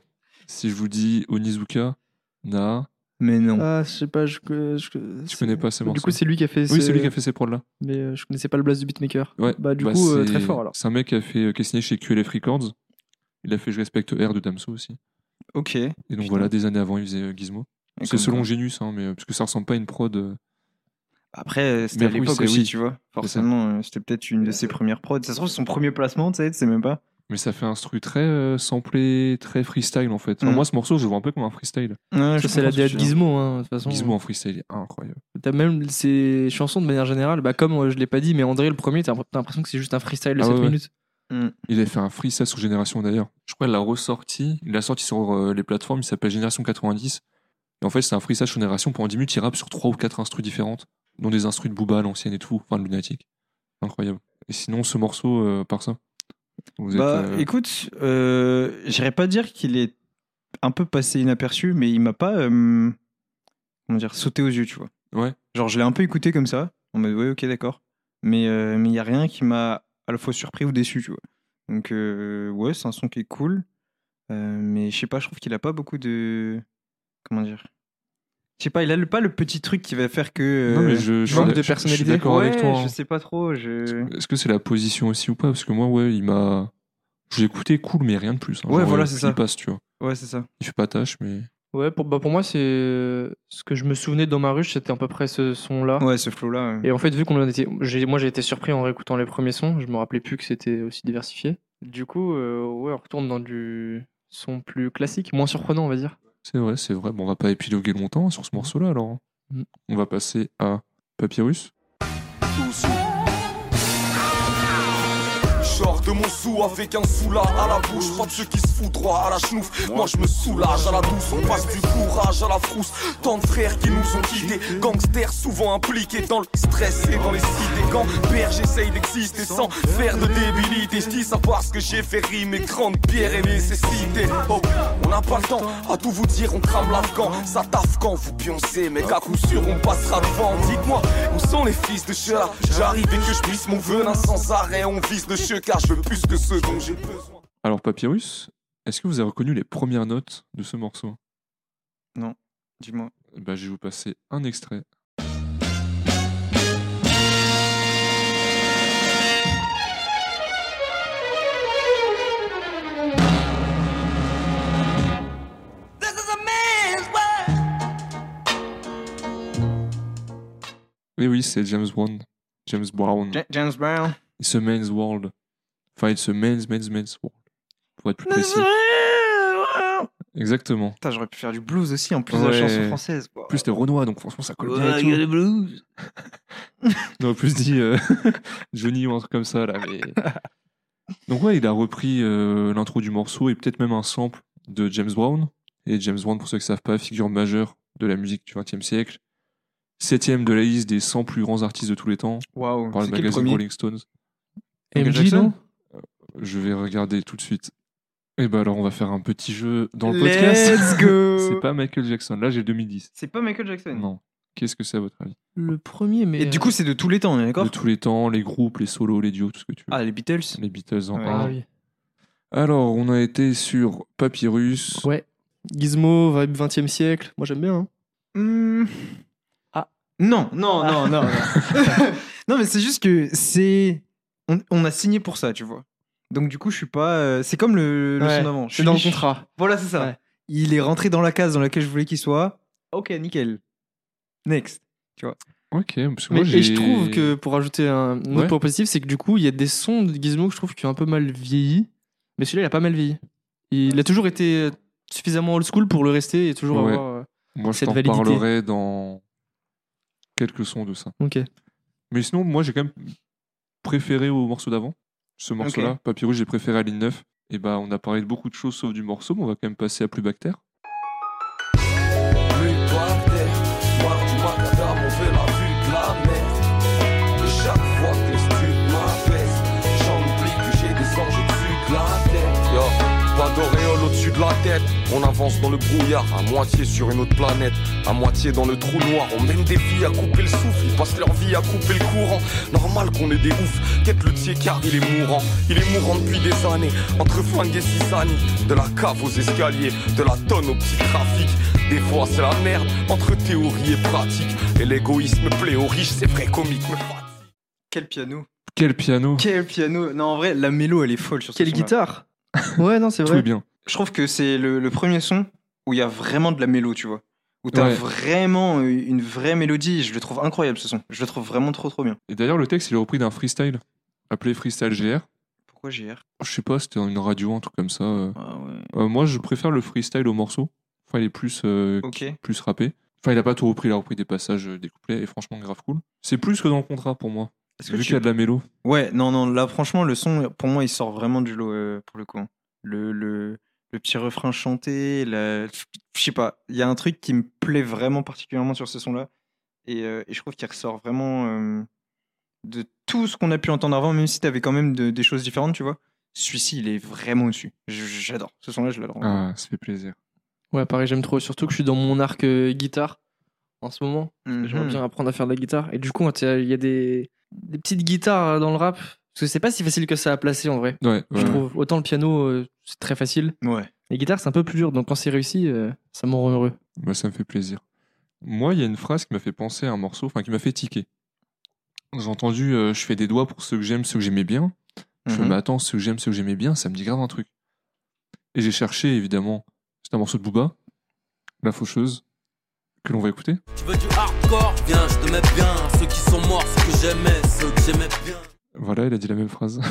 Si je vous dis Onizuka, Na, Mais non. Ah, je sais pas. Je, je, je- tu connais pas ces Du morceaux coup, c'est lui qui a fait. Oui, ce- c'est lui qui a fait ces prods-là. Mais euh, je connaissais pas le blast du beatmaker. Ouais. Bah, du coup, euh, c'est- très fort alors. C'est un mec qui a, fait, euh, qui a signé chez QLF Records. Il a fait Je respecte R de Damso aussi. Ok. Et donc Putain. voilà, des années avant, il faisait euh, Gizmo. C'est selon Genius, hein, mais, euh, parce que ça ressemble pas à une prod. euh, Après, euh, Mais c'était à oui, l'époque c'est- aussi, oui. tu vois. Forcément, euh, c'était peut-être une de ses premières prods. Ça se trouve, son premier placement, tu sais, tu sais même pas. mais ça fait un truc très euh, samplé, très freestyle en fait. Enfin, Mm. moi, ce morceau, je le vois un peu comme un freestyle. Ouais, Ça, je c'est la DA comprends ce que tu de veux dire. Gizmo, hein, de toute façon. Gizmo en freestyle, est incroyable. T'as même ses chansons de manière générale, bah comme euh, je l'ai pas dit, mais André le premier, t'as t'as l'impression que c'est juste un freestyle de Ah 7 ouais, ouais. minutes. Il a fait un freestyle sur Génération d'ailleurs. Je crois qu'il l'a ressorti. Il l'a sorti sur euh, les plateformes. Il s'appelle Génération 90. Et en fait, c'est un freestyle sur Génération. Pendant 10 minutes, il rappe sur 3 ou 4 instrus différentes, dont des instrus de Booba, à l'ancienne et tout. Enfin, de lunatique. Incroyable. Et sinon, ce morceau, euh, par ça Vous êtes. Bah, euh, écoute, euh, j'irais pas dire qu'il est un peu passé inaperçu, mais il m'a pas, euh, comment dire, sauté aux yeux, tu vois. Ouais. Genre, je l'ai un peu écouté comme ça, en mode, ouais, ok, d'accord. Mais euh, mais il y a rien qui m'a à la fois surpris ou déçu, tu vois. Donc, euh, ouais, c'est un son qui est cool, euh, mais je sais pas, je trouve qu'il a pas beaucoup de, comment dire, je sais pas, il a le, pas le petit truc qui va faire que. Non, euh, mais je, je suis manque de d'ac- je- Je suis personnalité. d'accord ouais, avec toi. hein. Je sais pas trop, je. Est-ce que c'est la position aussi ou pas Parce que moi, ouais, il m'a. Je l'ai écouté cool, mais rien de plus. hein. Ouais, voilà, euh, c'est il ça. passe, tu vois. Ouais, c'est ça. Il fait pas tâche, mais. Ouais, pour, bah, pour moi, c'est euh, ce que je me souvenais dans ma ruche, c'était à peu près ce son-là. Ah. Ouais, ce euh, flow là. Et en fait, vu qu'on en était. j'ai- Moi, j'ai été surpris en réécoutant les premiers sons, je me rappelais plus que c'était aussi diversifié. Du coup, euh, ouais, on retourne dans du son plus classique, moins surprenant, on va dire. C'est vrai, c'est vrai. Bon, on va pas épiloguer longtemps sur ce morceau-là, alors. hein. Mm. On va passer à Papyrus. Genre de mon sou avec un soulard à la bouche, pas de ceux qui se foutent droit à la chenouf. Moi je me soulage à la douce, on passe du courage à la frousse. Tant de frères qui nous ont quittés, gangsters souvent impliqués dans le stress et dans les cités. Quand père, j'essaye d'exister sans faire de débilité. Je dis ça parce que j'ai fait rire mes grandes pierres et nécessités. Oh, on n'a pas le temps à tout vous dire, on crame l'afghan. Ça taffe quand vous pioncez, mais qu'à coup sûr on passera devant. Dites-moi, où sont les fils de chat J'arrive et que je puisse mon venin sans arrêt. On vise le cheu car je veux plus que ce dont j'ai besoin. Alors, Papyrus, est-ce que vous avez reconnu les premières notes de ce morceau Dis-moi. bah, Je vais vous passer un extrait. Oui, oui, c'est James Brown. James Brown. Eh Ja- James Brown. It's a man's world. Enfin, it's a man's, man's, man's world. Pour être plus précis. Exactement. Putain, j'aurais pu faire du blues aussi en plus de Ouais. la chanson française. Quoi. En plus, t'es Renoir, donc franchement, ça colle bien. Ouais, et il y a tout. des blues. On aurait plus dit euh, Johnny ou un truc comme ça, là. Mais... Donc, ouais, il a repris euh, l'intro du morceau et peut-être même un sample de James Brown. Et James Brown, pour ceux qui savent pas, figure majeure de la musique du XXe siècle. Septième de la liste des 100 plus grands artistes de tous les temps Waouh, par le c'est qui le magazine premier Rolling Stones. Michael MJ, Jackson non Euh, Je vais regarder tout de suite. Et ben alors, on va faire un petit jeu dans le podcast. Let's go C'est pas Michael Jackson. Là, j'ai 2010. C'est pas Michael Jackson. Non. Qu'est-ce que c'est à votre avis Le premier, mais. Et du coup, c'est de tous les temps, on est d'accord De tous les temps, les groupes, les solos, les duos, tout ce que tu veux. Ah, les Beatles Les Beatles en Ouais. parlent. Ah oui. Alors, on a été sur Papyrus. Ouais. Gizmo, vibe 20 e siècle. Moi, j'aime bien. hein. Hmm. Ah. Non, non, non, non. Non, Non, mais c'est juste que c'est. On, on a signé pour ça, tu vois. Donc, du coup, je suis pas. euh, C'est comme le, le Ouais, son d'avant. Je C'est suis dans le riche. contrat. Voilà, c'est ça. Ouais. Il est rentré dans la case dans laquelle je voulais qu'il soit. Ok, nickel. Next. Ok, parce que Mais, moi j'ai. et je trouve que pour ajouter un, un autre Ouais. point positif, c'est que du coup, il y a des sons de Gizmo que je trouve qui ont un peu mal vieilli. Mais celui-là, il a pas mal vieilli. Il a toujours été euh, suffisamment old school pour le rester et toujours Ouais. avoir. euh, Moi, je cette t'en validité. parlerai dans quelques sons de ça. Ok. Mais sinon, moi j'ai quand même préféré au morceau d'avant. Ce morceau-là, Papyrus, j'ai préféré à Ligne 9. Et bah, on a parlé de beaucoup de choses sauf du morceau, mais on va quand même passer à Plus Bactère. Plus terre, marre du macadam, on fait la vue de la mer. Et chaque fois que le stud m'abaisse, j'oublie que j'ai des anges au-dessus de la tête. Yo, pas d'auréole au-dessus de la tête. On avance dans le brouillard, à moitié sur une autre planète, à moitié dans le trou noir. On mène des vies à couper le souffle, ils passent leur vie à couper le courant. Normal qu'on ait des oufs, quête le tiers car il est mourant. Il est mourant depuis des années, entre flingue et sisani. De la cave aux escaliers, de la tonne au petit trafic. Des fois c'est la merde entre théorie et pratique Et l'égoïsme plaît aux riches, c'est vrai comique me fatigue Quel piano Quel piano Quel piano Non, en vrai, la mélo, elle est folle sur ce Quelle son-là. guitare Ouais, non, c'est Tout est vrai. bien. Je trouve que c'est le, le premier son où il y a vraiment de la mélo, tu vois. Où t'as Ouais. vraiment euh, une vraie mélodie. Je le trouve incroyable ce son. Je le trouve vraiment trop trop bien. Et d'ailleurs, le texte, il est repris d'un freestyle appelé Freestyle GR. Pourquoi JR Je sais pas, c'était dans une radio, un truc comme ça. euh. Ah ouais. Euh, moi, je préfère le freestyle au morceau. Enfin, il est plus euh, Ok. plus rappé. Enfin, il a pas tout repris, il a repris des passages, euh, des couplets, et franchement, grave cool. C'est plus que dans le contrat pour moi. Est-ce que Vu tu- qu'il y a de la mélo. Ouais, non, non, là franchement, le son, pour moi, il sort vraiment du lot euh, pour le coup. hein. Le, le, le petit refrain chanté, la- je sais pas, il y a un truc qui me plaît vraiment particulièrement sur ce son-là. Et, euh, et je trouve qu'il ressort vraiment euh, de tout ce qu'on a pu entendre avant, même si t'avais quand même de- des choses différentes, tu vois. Celui-ci, il est vraiment au-dessus. Je- J'adore. Ce son-là, je l'adore. Ah, ça fait plaisir. Ouais, pareil, j'aime trop. Surtout que je suis dans mon arc euh, guitare en ce moment. Mhm. J'aimerais bien apprendre à faire de la guitare. Et du coup, quand il y a- il y a des, des petites guitares euh, dans le rap, parce que c'est pas si facile que ça à placer en vrai. Ouais, Je ouais. trouve autant le piano, euh, c'est très facile. Ouais. Les guitares, c'est un peu plus dur. Donc quand c'est réussi, euh, ça me rend heureux. Bah, ça me fait plaisir. Moi, il y a une phrase qui m'a fait penser à un morceau, enfin, qui m'a fait tiquer. J'ai entendu euh, Je fais des doigts pour ceux que j'aime, ceux que j'aimais bien. Je fais, Mhm. bah attends, ceux que j'aime, ceux que j'aimais bien, ça me dit grave un truc. Et j'ai cherché, évidemment, c'est un morceau de Booba, La Faucheuse, que l'on va écouter. Tu veux du hardcore Viens, je te mets bien. Ceux qui sont morts, ceux que j'aimais, ceux que j'aimais bien. Voilà, il a dit la même phrase.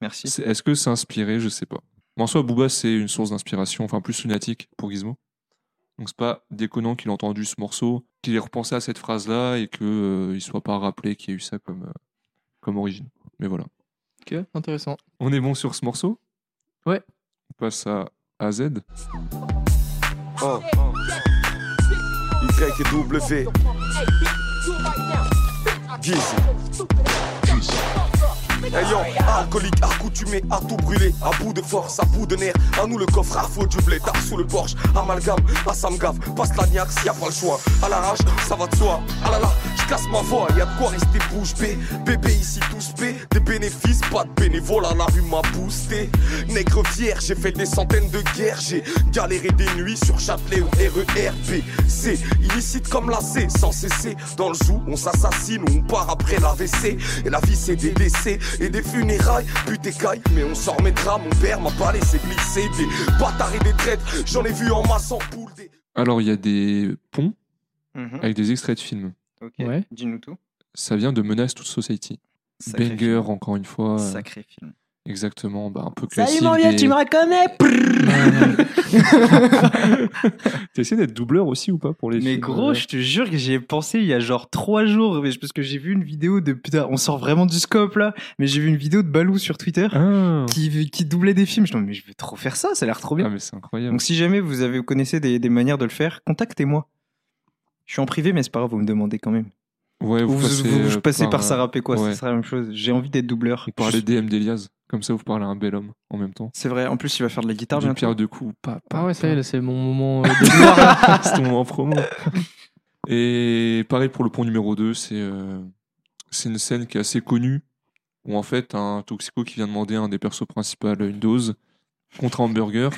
Merci. C'est- Est-ce que c'est inspiré Je sais pas. Mais en soi, Booba, c'est une source d'inspiration, enfin plus lunatique pour Gizmo. Donc c'est pas déconnant qu'il ait entendu ce morceau, qu'il ait repensé à cette phrase-là et qu'il ne soit pas rappelé qu'il y ait eu ça comme, euh, comme origine. Mais voilà. Ok, intéressant. On est bon sur ce morceau Ouais. On passe à AZ. oh. Y et W Guise Ayant alcoolique, accoutumé à tout brûler, à bout de force, à bout de nerfs, à nous le coffre, à faux du blé, tard sous le porche, amalgame, à Samgave, passe la niaque s'il y a pas le choix, à la rage, ça va de soi, ah là là, je casse ma voix, y a de quoi rester bouche bée, bébé ici tous bée, des bénéfices, pas de bénévoles, à la rue m'a boosté, nègre vierge, j'ai fait des centaines de guerres, j'ai galéré des nuits sur Châtelet ou E RERB, c'est illicite comme la C, sans cesser, dans le zoo, on s'assassine ou on part après l'AVC, et la vie c'est des décès et des funérailles Putain caille mais on s'en remettra Mon père m'a pas laissé glisser Des bâtards et des traites J'en ai vu en masse en poule des... Alors il y a des ponts Mhm. avec des extraits de films. Ok. Ouais. Dis-nous tout. Ça vient de Menace to Society. Sacré Banger, film. encore une fois. euh, Sacré film. Exactement, bah, un peu classique. des- reconnais T'as essayé d'être doubleur aussi ou pas pour les Mais films, gros, euh, je te jure que j'y ai pensé il y a genre trois jours, mais je- parce que j'ai vu une vidéo de putain, on sort vraiment du scope là, mais j'ai vu une vidéo de Balou sur Twitter Ah, qui, qui doublait des films. Je me dis, mais je veux trop faire ça, ça a l'air trop bien. Ah, mais c'est incroyable. Donc si jamais vous avez vous connaissez des, des manières de le faire, contactez-moi. Je suis en privé, mais c'est pas grave, vous me demandez quand même. Ouais, Ou Vous, passez, vous- je euh, passais par euh, Sarah Pécois, ouais. ce serait la même chose. J'ai envie d'être doubleur. On parlait DM d'Elias. Comme ça, vous parlez à un bel homme en même temps. C'est vrai, en plus il va faire de la guitare D'une bien pierre deux coups. Pas, pas, Ah ouais, ça y est, pas. là, c'est mon moment euh, de gloire, là. c'est ton moment promo. Et pareil pour le pont numéro 2, c'est euh, c'est une scène qui est assez connue, où en fait un toxico qui vient demander à un des persos principaux une dose contre un hamburger,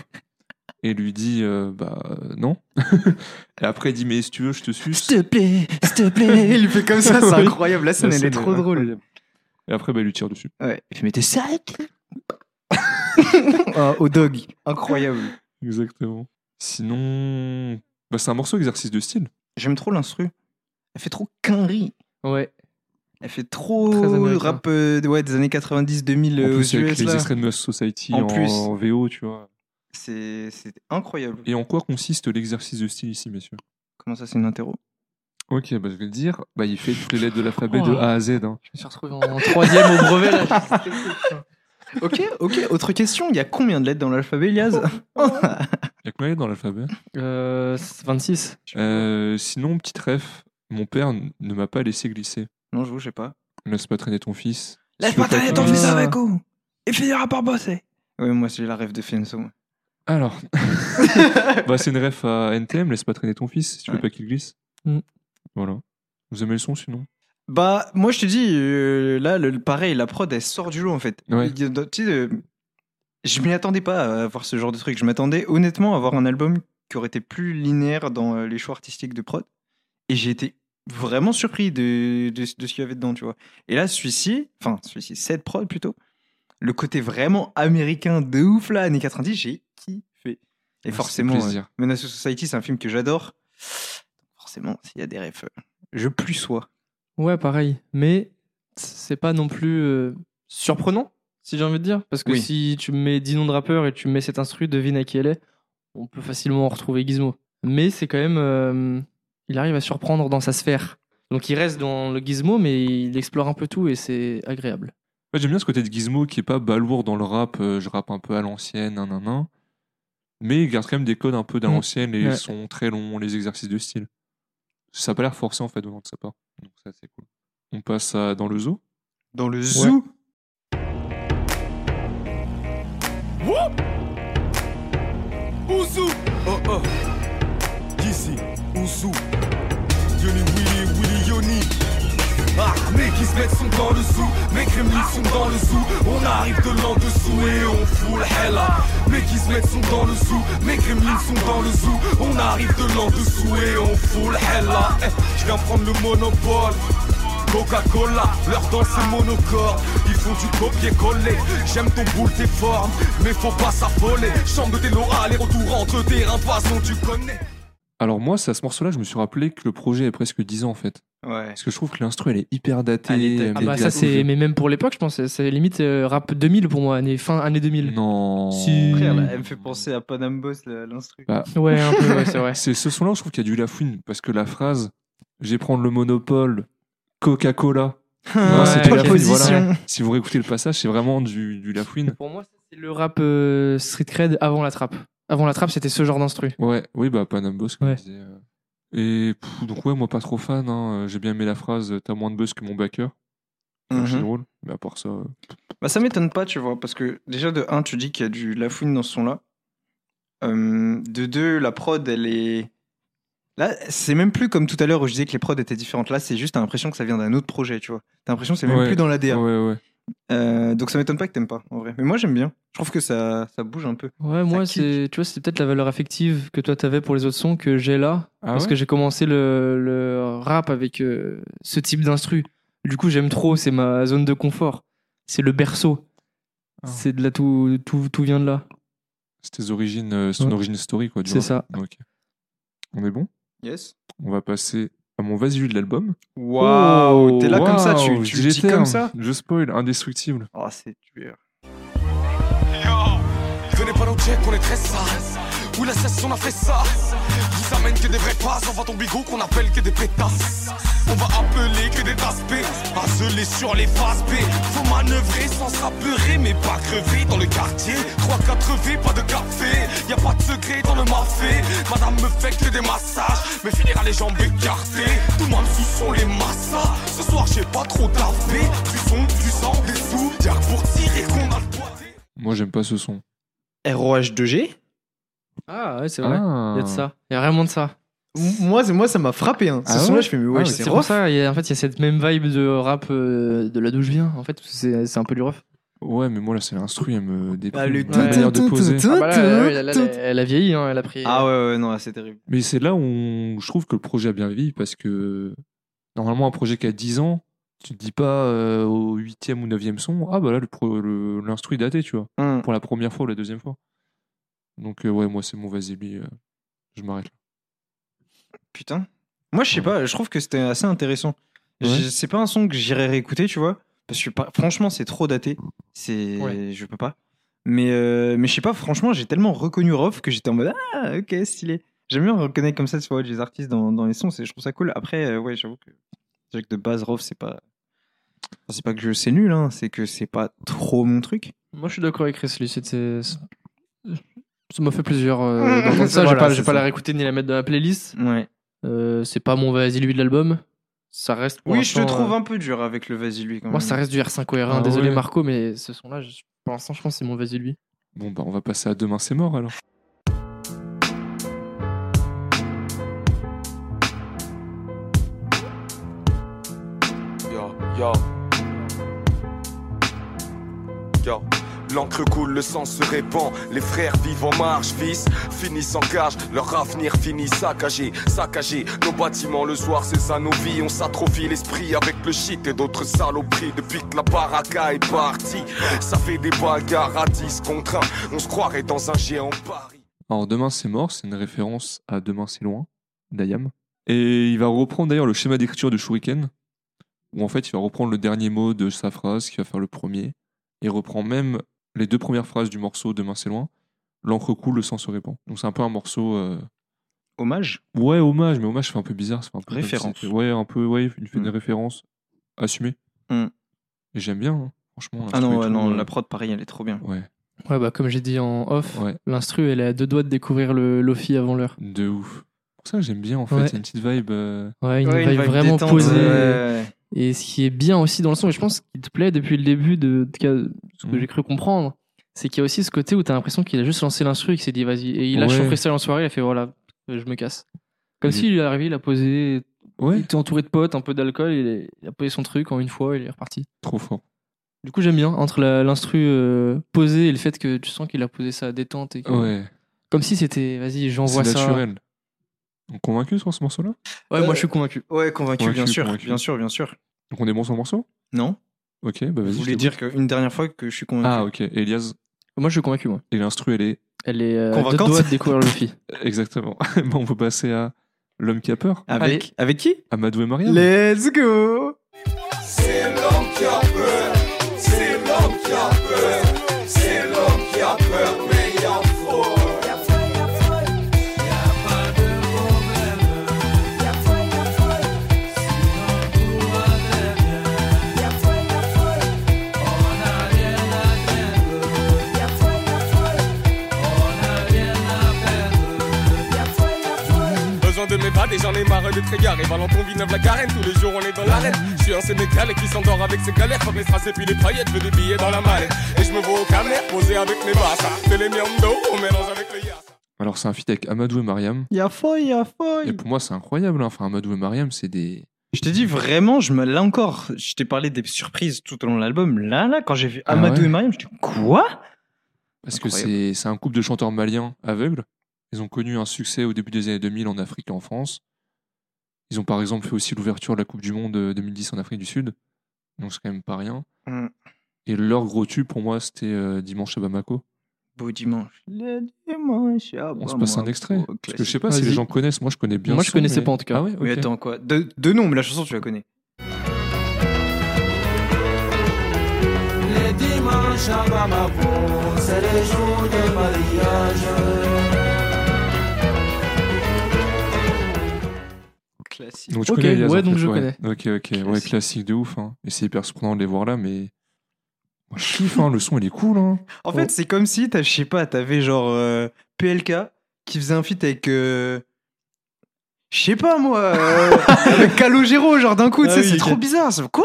et lui dit euh, bah euh, non. et après il dit mais si tu veux je te suce. te plaît, s'il te plaît. il fait comme ça, c'est Ouais. incroyable. La scène, La elle est scène trop drôle. incroyable. Et après bah, il lui tire dessus. Ouais. Il fait, mais t'es sale Ah, Au dog. Incroyable. Exactement. Sinon, bah, c'est un morceau exercice de style. J'aime trop l'instru. Elle fait trop quinri. Ouais. Elle fait trop Très américain. rap euh, ouais, des années 90-2000 en euh, aux plus avec US. les là. extraits de Must Society En en, plus. en VO, tu vois. C'est c'est incroyable. Et en quoi consiste l'exercice de style ici, messieurs Comment ça, c'est une interro Ok, bah, je vais le dire. Bah, il fait toutes les lettres de l'alphabet Oh. de A à Z. hein. Je me suis retrouvé en troisième au brevet, là. Ok, ok. Autre question, il y a combien de lettres dans l'alphabet, Elias Il y a combien de lettres dans l'alphabet Euh, 26. Euh, Sinon, petit ref, mon père n- ne m'a pas laissé glisser. Non, je vous, je sais pas. Ne Laisse pas traîner ton fils. Laisse-moi traîner ton fils avec vous. Il finira par bosser. Ouais, moi, c'est la rêve de Fianso. Alors, bah, c'est une ref à NTM, laisse pas traîner ton fils si tu veux Ouais. pas qu'il glisse. Mm. Voilà. Vous aimez le son sinon Bah, moi je te dis, euh, là, le, le- pareil, la prod, elle sort du lot en fait. Ouais. Il y a d'autres- tu sais, euh, je m'y attendais pas à voir ce genre de truc. Je m'attendais honnêtement à avoir un album qui aurait été plus linéaire dans euh, les choix artistiques de prod. Et j'ai été vraiment surpris de, de, de ce qu'il y avait dedans, tu vois. Et là, celui-ci, enfin, celui-ci, cette prod plutôt, le côté vraiment américain de ouf là, années 90, j'ai kiffé. Et Ouais, forcément, c'est Ah, plaisir. euh, Menace to Society, c'est un film que j'adore. Forcément, s'il y a des refs, euh, je plus sois. Ouais, pareil. Mais c'est pas non plus euh, surprenant, si j'ai envie de dire. Parce que Oui. si tu mets 10 noms de rappeurs et tu mets cet instru, devine à qui elle est, on peut facilement en retrouver Gizmo. Mais c'est quand même. euh, il arrive à surprendre dans sa sphère. Donc il reste dans le Gizmo, mais il explore un peu tout et c'est agréable. Ouais, j'aime bien ce côté de Gizmo qui est pas balourd dans le rap, euh, je rappe un peu à l'ancienne, nan, nan, nan. mais il garde quand même des codes un peu d'à Mm. l'ancienne, les Ouais. sons très longs, les exercices de style. Ça a pas l'air forcé en fait venant de sa part, donc ça c'est cool. On passe à Dans le zoo. Dans le zoo Ouzou Oh oh Kissy, Ouzou Yoni Willy Willy Yoni Ah mec ils se mettent sont dans le zoo Mes Kremlin sont dans le zoo On arrive de l'en dessous et on fout le hella Mec ils se mettent sont dans le zoo Mes Kremlin sont dans le zoo On arrive de l'en dessous et on fout le hella Eh, Je viens prendre le monopole Coca-Cola, leur danse est monocorde Ils font du copier-coller J'aime ton boule, tes formes Mais faut pas s'affoler Chambre des Laura, les retours entre terrain Poisson, tu connais Alors moi, c'est à ce morceau-là, je me suis rappelé que le projet a presque 10 ans en fait. Ouais. Parce que je trouve que l'instru, elle est hyper datée. Elle est datée. elle Ah est bah ça datée. c'est. Mais même pour l'époque, je pense, c'est- c'est limite euh, rap 2000 pour moi, année, fin année 2000. Non. Si. Frère, là, elle me euh, fait penser à Panam Boss, la- l'instru. Bah, Ouais, un peu, ouais, c'est vrai. C'est ce son-là, où je trouve qu'il y a du lafouine, parce que la phrase « J'ai prendre le monopole, Coca-Cola » Non, Ouais, c'est quelle du lafouine, position. voilà. Si vous réécoutez le passage, c'est vraiment du, du lafouine. Pour moi, ça, c'est le rap euh, street cred avant la trappe. Avant la trappe, c'était ce genre d'instru. Ouais, oui, bah Panam Boss, comme Ouais. je disais, euh. Et pff, donc, ouais, moi, pas trop fan. hein. Euh, J'ai bien aimé la phrase euh, T'as moins de buzz que mon backer. Mhm. C'est drôle. Mais à part ça. euh, Bah, ça m'étonne pas, tu vois, parce que déjà, de 1, tu dis qu'il y a du lafouine dans ce son-là. Euh, de 2, la prod, elle est. Là, c'est même plus comme tout à l'heure où je disais que les prods étaient différentes. Là, c'est juste, t'as l'impression que ça vient d'un autre projet, tu vois. T'as l'impression que c'est même Ouais. plus dans l'ADR. Ouais, ouais. Euh, donc ça m'étonne pas que t'aimes pas, en vrai. Mais moi, j'aime bien. Je trouve que ça, ça bouge un peu. Ouais, moi, kick. c'est, tu vois, c'est peut-être la valeur affective que toi t'avais pour les autres sons que j'ai là. Ah parce ouais que j'ai commencé le, le rap avec euh, ce type d'instru. Du coup, j'aime trop, c'est ma zone de confort. C'est le berceau. Ah. C'est de là tout, tout, tout vient de là. C'est tes origines, euh, son Ouais. origine story, quoi. du C'est rap. ça. Ok. On est euh, bon Yes. On va passer à mon vas-y vu de l'album. Waouh, t'es là comme ça, Waouh, tu, je tu dis le les dis comme termes. ça Je spoil, indestructible. Oh, c'est dur. Venez pas nous check, on est très sales. Où la cesse, on a fait ça. Vous amène que des vrais pas, on va ton bigot qu'on appelle que des pétasses. On va appeler que des taspés, azelés sur les faces B. Faut manœuvrer sans s'apeurer, mais pas crever dans le quartier. 3-4 V, pas de café, y a pas de secret dans le mafé. Madame me fait que des massages, mais finira les jambes écartées. Tout le monde sous sont les massas. Ce soir, j'ai pas trop tapé. Du son, du sang, des sous, y'a que pour tirer qu'on a le boité. Moi, j'aime pas ce son. ROH2G Ah ouais, c'est vrai. Ah. Il y a de ça. Il y a vraiment de ça. M- Moi, c'est- moi, ça m'a frappé. Hein. Ce Ah son-là, ouais je fais, mais ouais, Ah, c'est c'est pour rough. ça. il y a- en fait, il y a cette même vibe de rap euh, de là d'où je viens. En fait, c'est c'est un peu du rap. Ouais, mais moi, là, c'est l'instru, elle Bah, me déprime. Ah, le la manière de poser. Ah, bah là, là, là, là, là, elle a vieilli, hein, elle a pris. Ah ouais, ouais, non, c'est terrible. Mais c'est là où on- je trouve que le projet a bien vie parce que normalement, un projet qui a 10 ans, tu te dis pas euh, au 8e ou 9e son, ah bah là, le pro- le- l'instru est daté, tu vois, Hum. pour la première fois ou la deuxième fois. Donc, euh, ouais, moi, c'est mon vas-y, lui, euh, je m'arrête là. Putain. Moi, je sais pas, je trouve que c'était assez intéressant. Ouais. Je- C'est pas un son que j'irai réécouter, tu vois. Parce que par- franchement, c'est trop daté. C'est, Ouais. Je peux pas. Mais, euh, mais je sais pas, franchement, j'ai tellement reconnu Rof que j'étais en mode Ah, ok, stylé. J'aime bien reconnaître comme ça, tu vois, les artistes dans, dans les sons. c'est- Je trouve ça cool. Après, euh, ouais, j'avoue que. C'est vrai que de base, Rof, c'est pas. enfin, C'est pas que je sais nul, hein, c'est que c'est pas trop mon truc. euh, Moi, je suis d'accord avec Chris. Lui, c'était. Ça m'a fait plaisir euh, d'entendre ça. Voilà, je vais pas, c'est je vais pas ça. la réécouter ni la mettre dans la playlist. Ouais. Euh, c'est pas mon vas-y lui de l'album. Ça reste. pour Oui, je te l'instant, trouve hein. euh, un peu dur avec le vas-y lui quand Moi, même. ça reste du R5 OR1. Ah Désolé, ouais. Marco, mais ce son-là, je- pour l'instant, je pense que c'est mon vas-y lui. Bon, bah, on va passer à Demain, c'est mort alors. Yo, yo. Yo. L'encre coule, le sang se répand. Les frères vivent en marche, fils. Finissent en cage, leur avenir finit saccagé, saccagé. Nos bâtiments, le soir, c'est ça nos vies. On s'atrophie l'esprit avec le shit et d'autres saloperies. Depuis que la baraka est partie, ça fait des bagarres à 10 contre 1. On se croirait dans un géant Paris. Alors, Demain, c'est mort, c'est une référence à Demain, c'est loin, d'Ayam. Et il va reprendre d'ailleurs le schéma d'écriture de Shuriken, où en fait, il va reprendre le dernier mot de sa phrase, qui va faire le premier. Il reprend même les deux premières phrases du morceau Demain, c'est loin. L'encre coule, le sang se répand. Donc, c'est un peu un morceau. euh, Hommage Ouais, hommage, mais hommage, c'est un peu bizarre. c'est un peu comme si Référence. c'était- Ouais, un peu, ouais, il fait Mm. des références assumées. Mm. Et j'aime bien, hein, franchement. Ah non, ouais, l'instru et non, tout, euh, la prod pareil, elle est trop bien. Ouais, Ouais, bah, comme j'ai dit en off, ouais, l'instru, elle est à deux doigts de découvrir le Lofi avant l'heure. de ouf. Pour ça, que j'aime bien, en fait, Ouais. il y a une petite vibe. euh, Ouais, une Ouais, vibe vibe vraiment détente, posée. ouais. Et ce qui est bien aussi dans le son, et je pense qu'il te plaît depuis le début de, de ce que Mm. j'ai cru comprendre, c'est qu'il y a aussi ce côté où t'as l'impression qu'il a juste lancé l'instru et qu'il s'est dit vas-y. Et il lâche Ouais. son freestyle en soirée, il a fait voilà, euh, je me casse. Comme Il- s'il est arrivé, il a posé, il Ouais, était entouré de potes, un peu d'alcool, il, est- il a posé son truc en une fois, il est reparti. trop fort. Du coup, j'aime bien entre la- l'instru euh, posé et le fait que tu sens qu'il a posé sa détente. Et que- Ouais, Comme si c'était vas-y, c'est j'envoie ça. naturel. On est convaincu sur ce morceau-là Ouais, Euh. moi je suis convaincu. Ouais, convaincu, Convaincu, bien sûr, convaincu. bien sûr, bien sûr. Donc on est bon sur le morceau Non Ok, bah vas-y. je Vous t'écoute. voulez dire qu'une dernière fois que je suis convaincu Ah, ok, Elias, Moi je suis convaincu, moi. et l'instru, elle est. Elle est euh, à deux Convaincante. doigts de découvrir Luffy. Exactement. bon, on peut passer à L'homme qui a peur, Avec, Allez. avec qui Amadou et Mariam. Let's go C'est l'homme qui a peur, c'est l'homme qui a peur, c'est l'homme qui a peur, mais il en faut. Besoin de m'évader, j'en ai marre d'être égaré. Valenton Villeneuve, la carène, tous les jours on est dans l'arène. Je suis un Sénégalais qui s'endort avec ses galères. Comme les traces et puis les paillettes, je veux des billets dans la mallette. Et je me vois au canet, posé avec mes basses. Fais les miando, on mélange avec le yassa. Alors, c'est un feat avec Amadou et Mariam. Y'a foy, y'a Et foy pour moi, c'est incroyable. hein. Enfin, Amadou et Mariam, c'est des. Je t'ai dit vraiment, je me là encore, je t'ai parlé des surprises tout au long de l'album. Là, là, quand j'ai vu Ah Amadou ouais. et Mariam, je dit quoi Parce que Incroyable. c'est c'est un couple de chanteurs maliens aveugles. Ils ont connu un succès au début des années 2000 en Afrique et en France. Ils ont par exemple fait aussi l'ouverture de la Coupe du Monde euh, 2010 en Afrique du Sud. Donc c'est quand même pas rien. Mm. Et leur gros tube pour moi c'était euh, Dimanche à Bamako. Beau dimanche. Le dimanche. ah On bah, se passe moi, un extrait. beau Parce que je classique. sais pas si les Vas-y. gens connaissent. Moi, je connais bien. Moi, le je son, connaissais mais- pas en tout cas. Ah ouais, Mais ok. attends, quoi de, de nom, mais la chanson, tu la connais. Les dimanches à Bamako, c'est le jour de mariage. Classique. Donc, tu Ok, connais Elias, ouais, en donc fait, je Ok, ok, ouais, Classique. classique de ouf. hein. Et c'est hyper surprenant de les voir là, mais. Moi, je kiffe, hein, le son, il est cool. Hein. En fait, c'est comme si, t'as- je sais pas, t'avais genre euh, PLK qui faisait un feat avec. euh, je sais pas moi, euh, avec Calogero, genre d'un coup, tu Ah sais, oui, c'est ok. trop bizarre. c'est- Quoi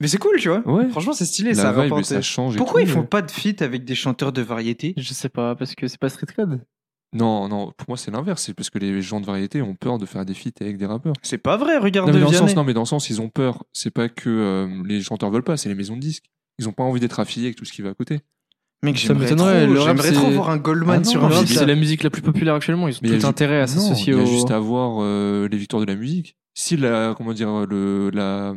Mais c'est cool, tu vois. Ouais. Franchement, c'est stylé, ça La vibe, rapporte. ça change. et Pourquoi tout, euh. ils font mais- pas de feat avec des chanteurs de variété Je sais pas, parce que c'est pas Street Code. Non, non, pour moi, c'est l'inverse. C'est parce que les gens de variété ont peur de faire des feats avec des rappeurs. C'est pas vrai, regarde Non mais, dans le Vianney. sens, non, mais dans le sens, ils ont peur. C'est pas que euh, les chanteurs veulent pas, c'est les maisons de disques. Ils ont pas envie d'être affiliés avec tout ce qui va à côté. Mec, Ça j'aimerais trop, m'étonnerait, le rap, j'aimerais c'est- trop voir un Goldman Ah non, sur le un rap, feat. c'est C'est là. la musique la plus populaire actuellement. Ils Mais il y ont a tout ju- intérêt à Non, s'associer Il y a au. juste à voir euh, les victoires de la musique. Si la, comment dire, le, la,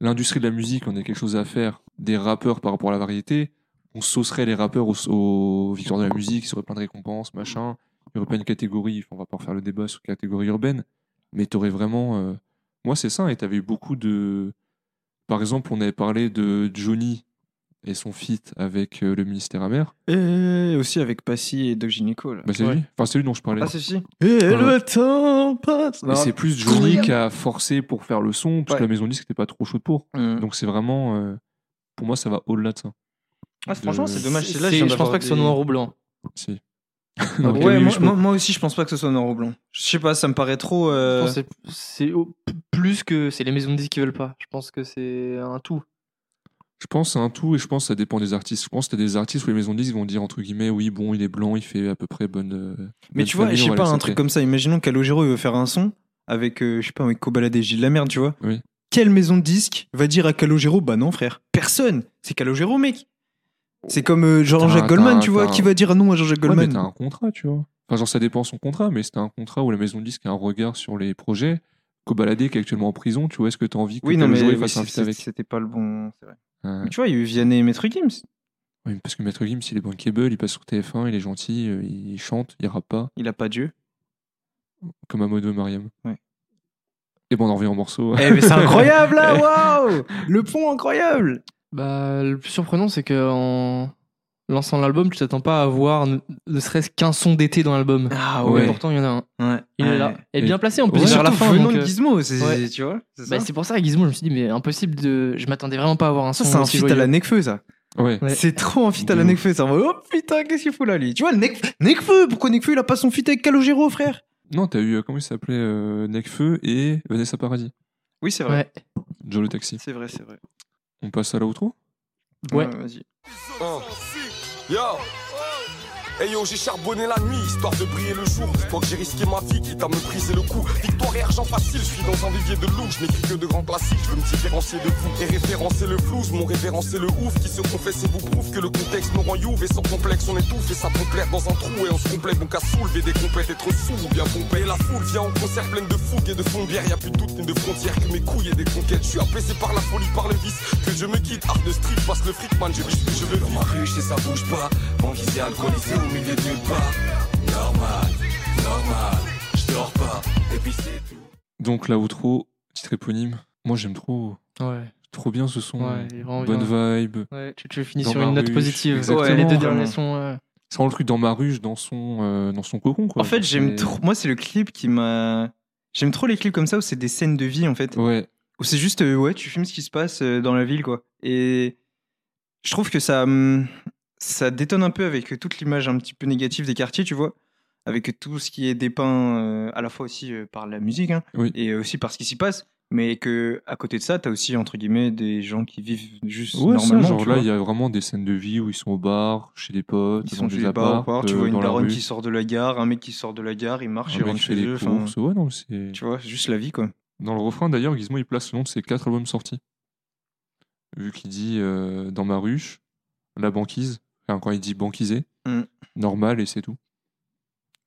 l'industrie de la musique en a quelque chose à faire des rappeurs par rapport à la variété, on saucerait les rappeurs aux, aux victoires de la musique, ils auraient plein de récompenses, machin. Il y aurait pas une catégorie, enfin, on va pas refaire le débat sur catégorie urbaine, mais t'aurais vraiment. euh, Moi, c'est ça, et t'avais eu beaucoup de. Par exemple, on avait parlé de Johnny et son feat avec euh, le ministère amer. Et Eh, aussi avec Passy et Doc Gynéco, là. Bah, c'est Ouais. lui. Enfin, c'est lui dont je parlais. Ah, c'est si. le temps passe. Mais c'est plus Johnny qui a forcé pour faire le son, parce que Ouais. Mm. la maison de disque n'était pas trop chaude pour. Donc c'est vraiment. euh, pour moi, ça va au-delà de ça. Ah, franchement, c'est de- dommage. c'est là, euh, je, viens pense d'avoir pas que ce soit des- noir ou blanc. euh, Si. Non, Ok, mais Ouais, oui, euh, moi, je moi- moi aussi, je pense pas que ce soit noir ou blanc. Je sais pas, ça me paraît trop. Je euh, pense que c'est- C'est au- p- plus que c'est les maisons de disques qui veulent pas. Je pense que c'est un tout. Je pense à un tout et je pense que ça dépend des artistes. Je pense que t'as des artistes où les maisons de disques vont dire entre guillemets oui bon il est blanc il fait à peu près bonne. euh, Mais bonne tu vois, famille, je on sais va pas, un l'accepter. truc comme ça. Imaginons qu'Alogero, il veut faire un son avec, euh, je sais pas, avec Kobalade et Gilles la merde, tu vois. Oui. Quelle maison de disque va dire à Calogero, bah non, frère, personne. C'est Calogero, mec. C'est comme euh, Jean-Jacques T'as- Goldman, t'as- tu vois, t'as- qui va dire ah non à Jean-Jacques Ouais, mais Goldman. t'as un contrat tu vois. Enfin genre ça dépend son contrat mais c'était un contrat où la maison de disques a un regard sur les projets. Kobalade qui est actuellement en prison tu vois est-ce que t'as envie que oui, non, mais Calogero, il oui, fasse un c'est- feat avec. c'était pas le bon. c'est vrai. Euh, Mais tu vois, il y a eu Vianney et Maître Gims. oui, parce que Maître Gims il est bankable il passe sur TF1 il est gentil euh, il chante il rappe pas. Il a pas Dieu. comme Amadou et Mariam. Ouais. Et bon, on en revient au morceau. Eh, mais c'est incroyable, là, waouh Le pont incroyable Bah, le plus surprenant, c'est que en lançant l'album, tu t'attends pas à voir ne, ne serait-ce qu'un son d'été dans l'album. Ah ouais. Et pourtant, il y en a un. Ouais. Il est là. Et Et- bien placé en plus Ouais, vers la surtout fin. venant donc, de euh, Gizmo, c'est- ouais. tu vois. c'est ça. bah, c'est pour ça, Gizmo, je me suis dit, mais impossible de. Je m'attendais vraiment pas à avoir un son. Ça, c'est un aussi feat à la joyeux. Necfeu, ça. Ouais. Ouais. C'est trop un feat à la De ouf. Necfeu, ça. Oh putain, qu'est-ce qu'il fout là, lui Tu vois, le Necf- Necfeu, pourquoi Necfeu, il a pas son feat avec Calogero, frère Non, t'as eu, euh, comment il s'appelait euh, Necfeu et Vanessa Paradis. Oui, c'est Ouais. Joe le taxi. C'est vrai, c'est vrai. On passe à la outro Ouais. vas-y. Hein. Yo Hey yo, j'ai charbonné la nuit, histoire de briller le jour. Toi que j'ai risqué ma vie, quitte à me briser le cou. Victoire et argent facile, je suis dans un vivier de loup. Je n'écris que de grands classiques, je veux me différencier de vous. Et référencer le flouze, mon référencé le ouf. Qui se confesse et vous prouve que le contexte nous rend youve. Et sans complexe, on étouffe et ça peut plaire dans un trou. Et on se complaît, donc à soulever des complètes, être sous, bien pompé. Et la foule vient en concert pleine de fougue et de fondière. Y a plus de doute ni de frontières que mes couilles et des conquêtes. Je suis apaisé par la folie, par le vice. Que je me quitte, art de street, passe le fric, man, je vis ce que je veux vivre. Ruche et ça bouge pas, banquisé, alcoolisé au milieu de pas. Normal, normal, je dors pas, et puis c'est tout. Donc la outro, titre éponyme. Moi, j'aime trop, Ouais. trop bien ce son. Ouais, il est vraiment Bonne bien. hein. vibe. Ouais, tu, tu finis Dans sur ma une note ruche, positive. euh, exactement. les deux Vraiment. derniers euh. sont. ouais. Ça rend le truc dans ma ruche, dans son, euh, dans son cocon, quoi. En fait, j'aime Et- trop. Moi, c'est le clip qui m'a. J'aime trop les clips comme ça où c'est des scènes de vie, en fait. Ouais. Où c'est juste, euh, ouais, tu filmes ce qui se passe euh, dans la ville, quoi. Et je trouve que ça, hum, ça détonne un peu avec euh, toute l'image un petit peu négative des quartiers, tu vois. Avec euh, tout ce qui est dépeint euh, à la fois aussi euh, par la musique hein, Oui. et aussi par ce qui s'y passe. Mais que à côté de ça, t'as aussi, entre guillemets, des gens qui vivent juste Ouais, ça, normalement. genre tu là, vois. il y a vraiment des scènes de vie où ils sont au bar, chez des potes, Ils dans sont chez des les bars, apparts, au bar, tu euh, vois une dans la daronne rue. qui sort de la gare, un mec qui sort de la gare, il marche, il un mec rentre fait chez des eux. enfin, courses. Ouais, non, c'est. Tu vois, c'est juste la vie, quoi. Dans le refrain, d'ailleurs, Gizmo, il place le nom de ses quatre albums sortis. Vu qu'il dit euh, Dans ma ruche, La banquise, enfin, quand il dit banquisé, Mm. normal et c'est tout.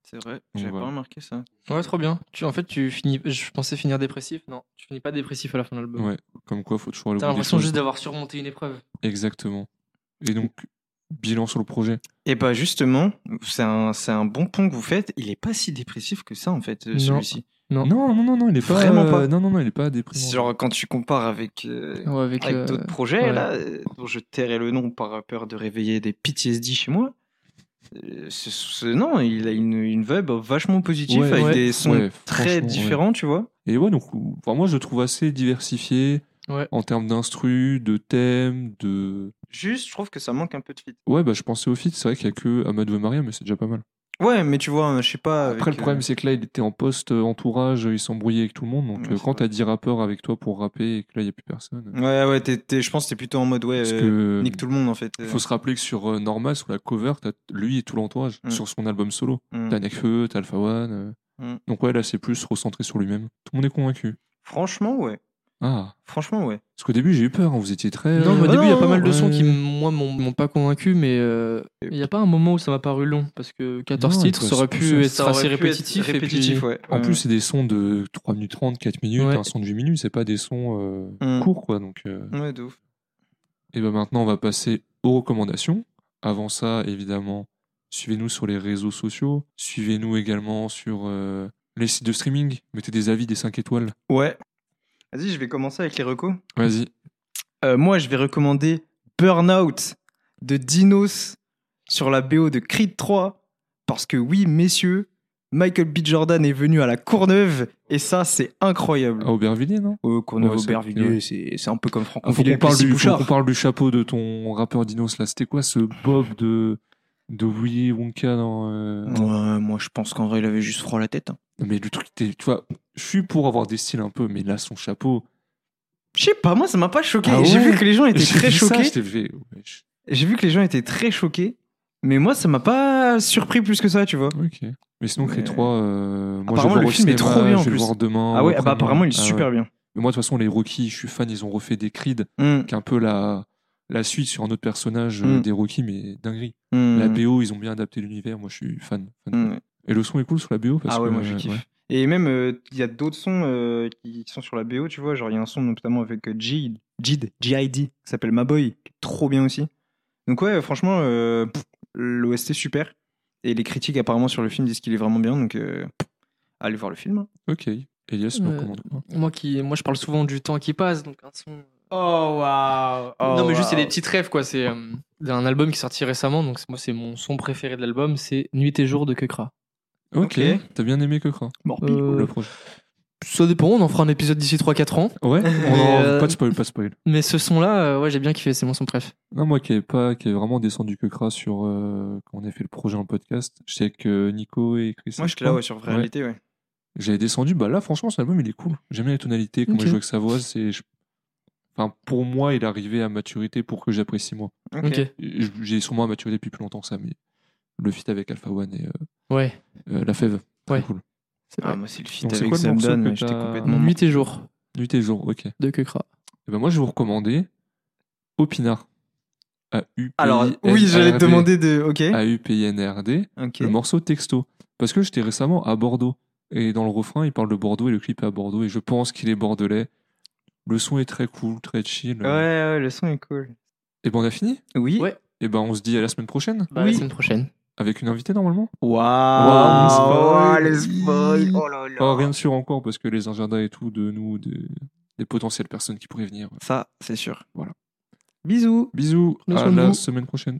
C'est vrai, j'avais voilà. pas remarqué ça. Ouais, trop bien. Tu, en fait, tu finis. Je pensais finir dépressif. Non, tu finis pas dépressif à la fin de l'album. Ouais, comme quoi, faut toujours aller au T'as bout des l'impression choses. juste d'avoir surmonté une épreuve. Exactement. Et donc, bilan sur le projet Et bah justement, c'est un, c'est un bon pont que vous faites. Il est pas si dépressif que ça en fait, euh, Non. celui-ci. Non. Non, non, non, non, il est pas. Vraiment euh, pas. Non, non, non, il est pas déprimant. C'est Genre quand tu compares avec, euh, Ouais, avec, avec euh, d'autres projets ouais. là, euh, dont je tairai le nom par peur de réveiller des PTSD chez moi. euh, ce- ce- non, il a une, une vibe vachement positive Ouais, avec ouais. des sons Ouais, très franchement, ouais. différents, tu vois. Et ouais, donc, enfin, moi, je le trouve assez diversifié Ouais. en termes d'instru, de thèmes, de. Juste, je trouve que ça manque un peu de fit. Ouais, bah, je pensais au feat, c'est vrai qu'il y a que Ahmad Maria, mais c'est déjà pas mal. Ouais, mais tu vois, je sais pas. Après, avec, le problème, euh, c'est que là, il était en poste euh, entourage, euh, il s'embrouillait avec tout le monde. Donc, Ouais, euh, c'est quand t'as vrai. 10 rappeurs avec toi pour rapper et que là, il n'y a plus personne. euh, Ouais, ouais, t'es- t'es- je pense que t'es plutôt en mode ouais, parce euh, que. nique tout le monde en fait. faut se rappeler que sur euh, Norma, sur la cover, t'as lui et tout l'entourage. Mm. Sur son album solo, Mm. t'as Nekfeu, t'as Alpha One. euh. Mm. Donc, ouais, là, c'est plus recentré sur lui-même. Tout le monde est convaincu. Franchement, ouais. Ah. Franchement, ouais. Parce qu'au début, j'ai eu peur, hein, vous étiez très. Non, mais au bah début, il y a non, pas mal de sons qui, ouais. moi, m'ont m'ont pas convaincu, mais euh, il n'y a pas un moment où ça m'a paru long, parce que 14 Non, titres, parce ça aurait que pu ça- être assez répétitif. et puis- répétitif, ouais. En Ouais. plus, c'est des sons de 3 minutes 30, 4 minutes, Ouais. un son de 8 minutes, c'est pas des sons euh, Mm. courts, quoi. Donc, euh, Ouais, de ouf. Et ben maintenant, on va passer aux recommandations. Avant ça, évidemment, suivez-nous sur les réseaux sociaux. Suivez-nous également sur euh, les sites de streaming. Mettez des avis, des 5 étoiles. Ouais. Vas-y, je vais commencer avec les recos. Vas-y. Euh, moi, je vais recommander Burnout de Dinos sur la BO de Creed 3. Parce que oui, messieurs, Michael B. Jordan est venu à la Courneuve et ça, c'est incroyable. À Aubervilliers, non Euh, Courneuve Oh, Ouais, c'est- Aubervilliers, ouais. c'est c'est un peu comme Ah, faut Franconville qu'on et parle, Plessis du, faut Bouchard. qu'on parle du chapeau de ton rappeur Dinos là. C'était quoi ce bob de, de Willy Wonka dans. euh, Ouais, moi, je pense qu'en vrai, il avait juste froid à la tête. hein. Non, mais le truc, t'es- tu vois, je suis pour avoir des styles un peu, mais là, son chapeau. Je sais pas, moi, ça m'a pas choqué. Ah J'ai ouais vu que les gens étaient J'ai très vu ça, choqués. j'étais fait, wesh. J'ai vu que les gens étaient très choqués, mais moi ça m'a pas surpris plus que ça, tu vois. Ok. Mais sinon, les Mais- trois, euh, moi, je vais Apparemment, voir le au film est cinéma, trop bien, en Je vais le plus. voir demain. Ah ouais, ah après-demain. bah, apparemment il est Ah ouais. super bien. Mais moi, de toute façon, les Rocky, je suis fan, ils ont refait des Creed, Mm, qui est un peu la, la suite sur un autre personnage euh, Mm. des Rocky, mais dinguerie. mm, La BO, ils ont bien adapté l'univers, moi, je suis fan. fan. mm. Et le son est cool sur la BO parce Ah ouais, que, moi je euh, kiffe. ouais. Et même euh, il y a d'autres sons euh, qui qui sont sur la BO, tu vois. Genre il y a un son notamment avec euh, Jid, Jid, J.I.D. qui s'appelle Ma Boy, qui est trop bien aussi. Donc ouais, franchement, euh, pff, l'OST super. Et les critiques apparemment sur le film disent qu'il est vraiment bien, donc euh, allez voir le film. hein. Ok. Elias, tu nous Euh, recommandes quoi Moi, qui, moi, je parle souvent du temps qui passe, donc un son. Oh waouh Oh, non, mais juste, c'est des petites rêves, quoi. C'est euh, d'un album qui est sorti récemment, donc c'est- moi, c'est mon son préféré de l'album, c'est Nuit et jour de Kekra. Ok. ok. T'as bien aimé Cochrane Euh, Le projet. ça dépend, on en fera un épisode d'ici 3-4 ans, Ouais, on en- euh, pas de spoil, pas de spoil. mais ce son-là, euh, ouais, j'ai bien kiffé, c'est mon son préf. Non, moi qui ai pas, qui ai vraiment descendu que cras sur euh, quand on a fait le projet en podcast, j'étais avec euh, Nico et Chris. Moi je suis là ouais, sur réalité, ouais. J'avais descendu, bah là franchement cet album il est cool. J'aime bien les tonalités, comment Ok. il joue avec sa voix, c'est, je- enfin pour moi il est arrivé à maturité pour que j'apprécie moi. Ok. Ok. Je- J'ai sûrement à maturité depuis plus longtemps que ça, mais le feat avec Alpha One et euh, Ouais. euh, la fève, très Ouais. cool. c'est Ah, vrai. moi, c'est le feat Donc, c'est avec quoi le morceau que Zamdan, j'étais t'as- complètement. Nuit et jour Nuit et jour, ok. de Kekra. Et ben moi je vais vous recommander Opinard. A U P I N Alors, A R D. oui, j'allais te demander de. Ok. A U P I N A R D. Ok. le morceau texto. Parce que j'étais récemment à Bordeaux. Et dans le refrain, il parle de Bordeaux et le clip est à Bordeaux. Et je pense qu'il est bordelais. Le son est très cool, très chill. Ouais, ouais, le son est cool. Et ben on a fini. Oui. Ouais. Et ben on se dit à la semaine prochaine. Bah, Oui. La semaine prochaine. Avec une invitée normalement. Waouh. Waouh, les les spoils. spoils. Oh là là. Ah, rien de sûr encore parce que les agendas et tout de nous, de- des potentielles personnes qui pourraient venir. Ça, c'est sûr. Voilà. Bisous. Bisous. Prends à soin de la vous. semaine prochaine.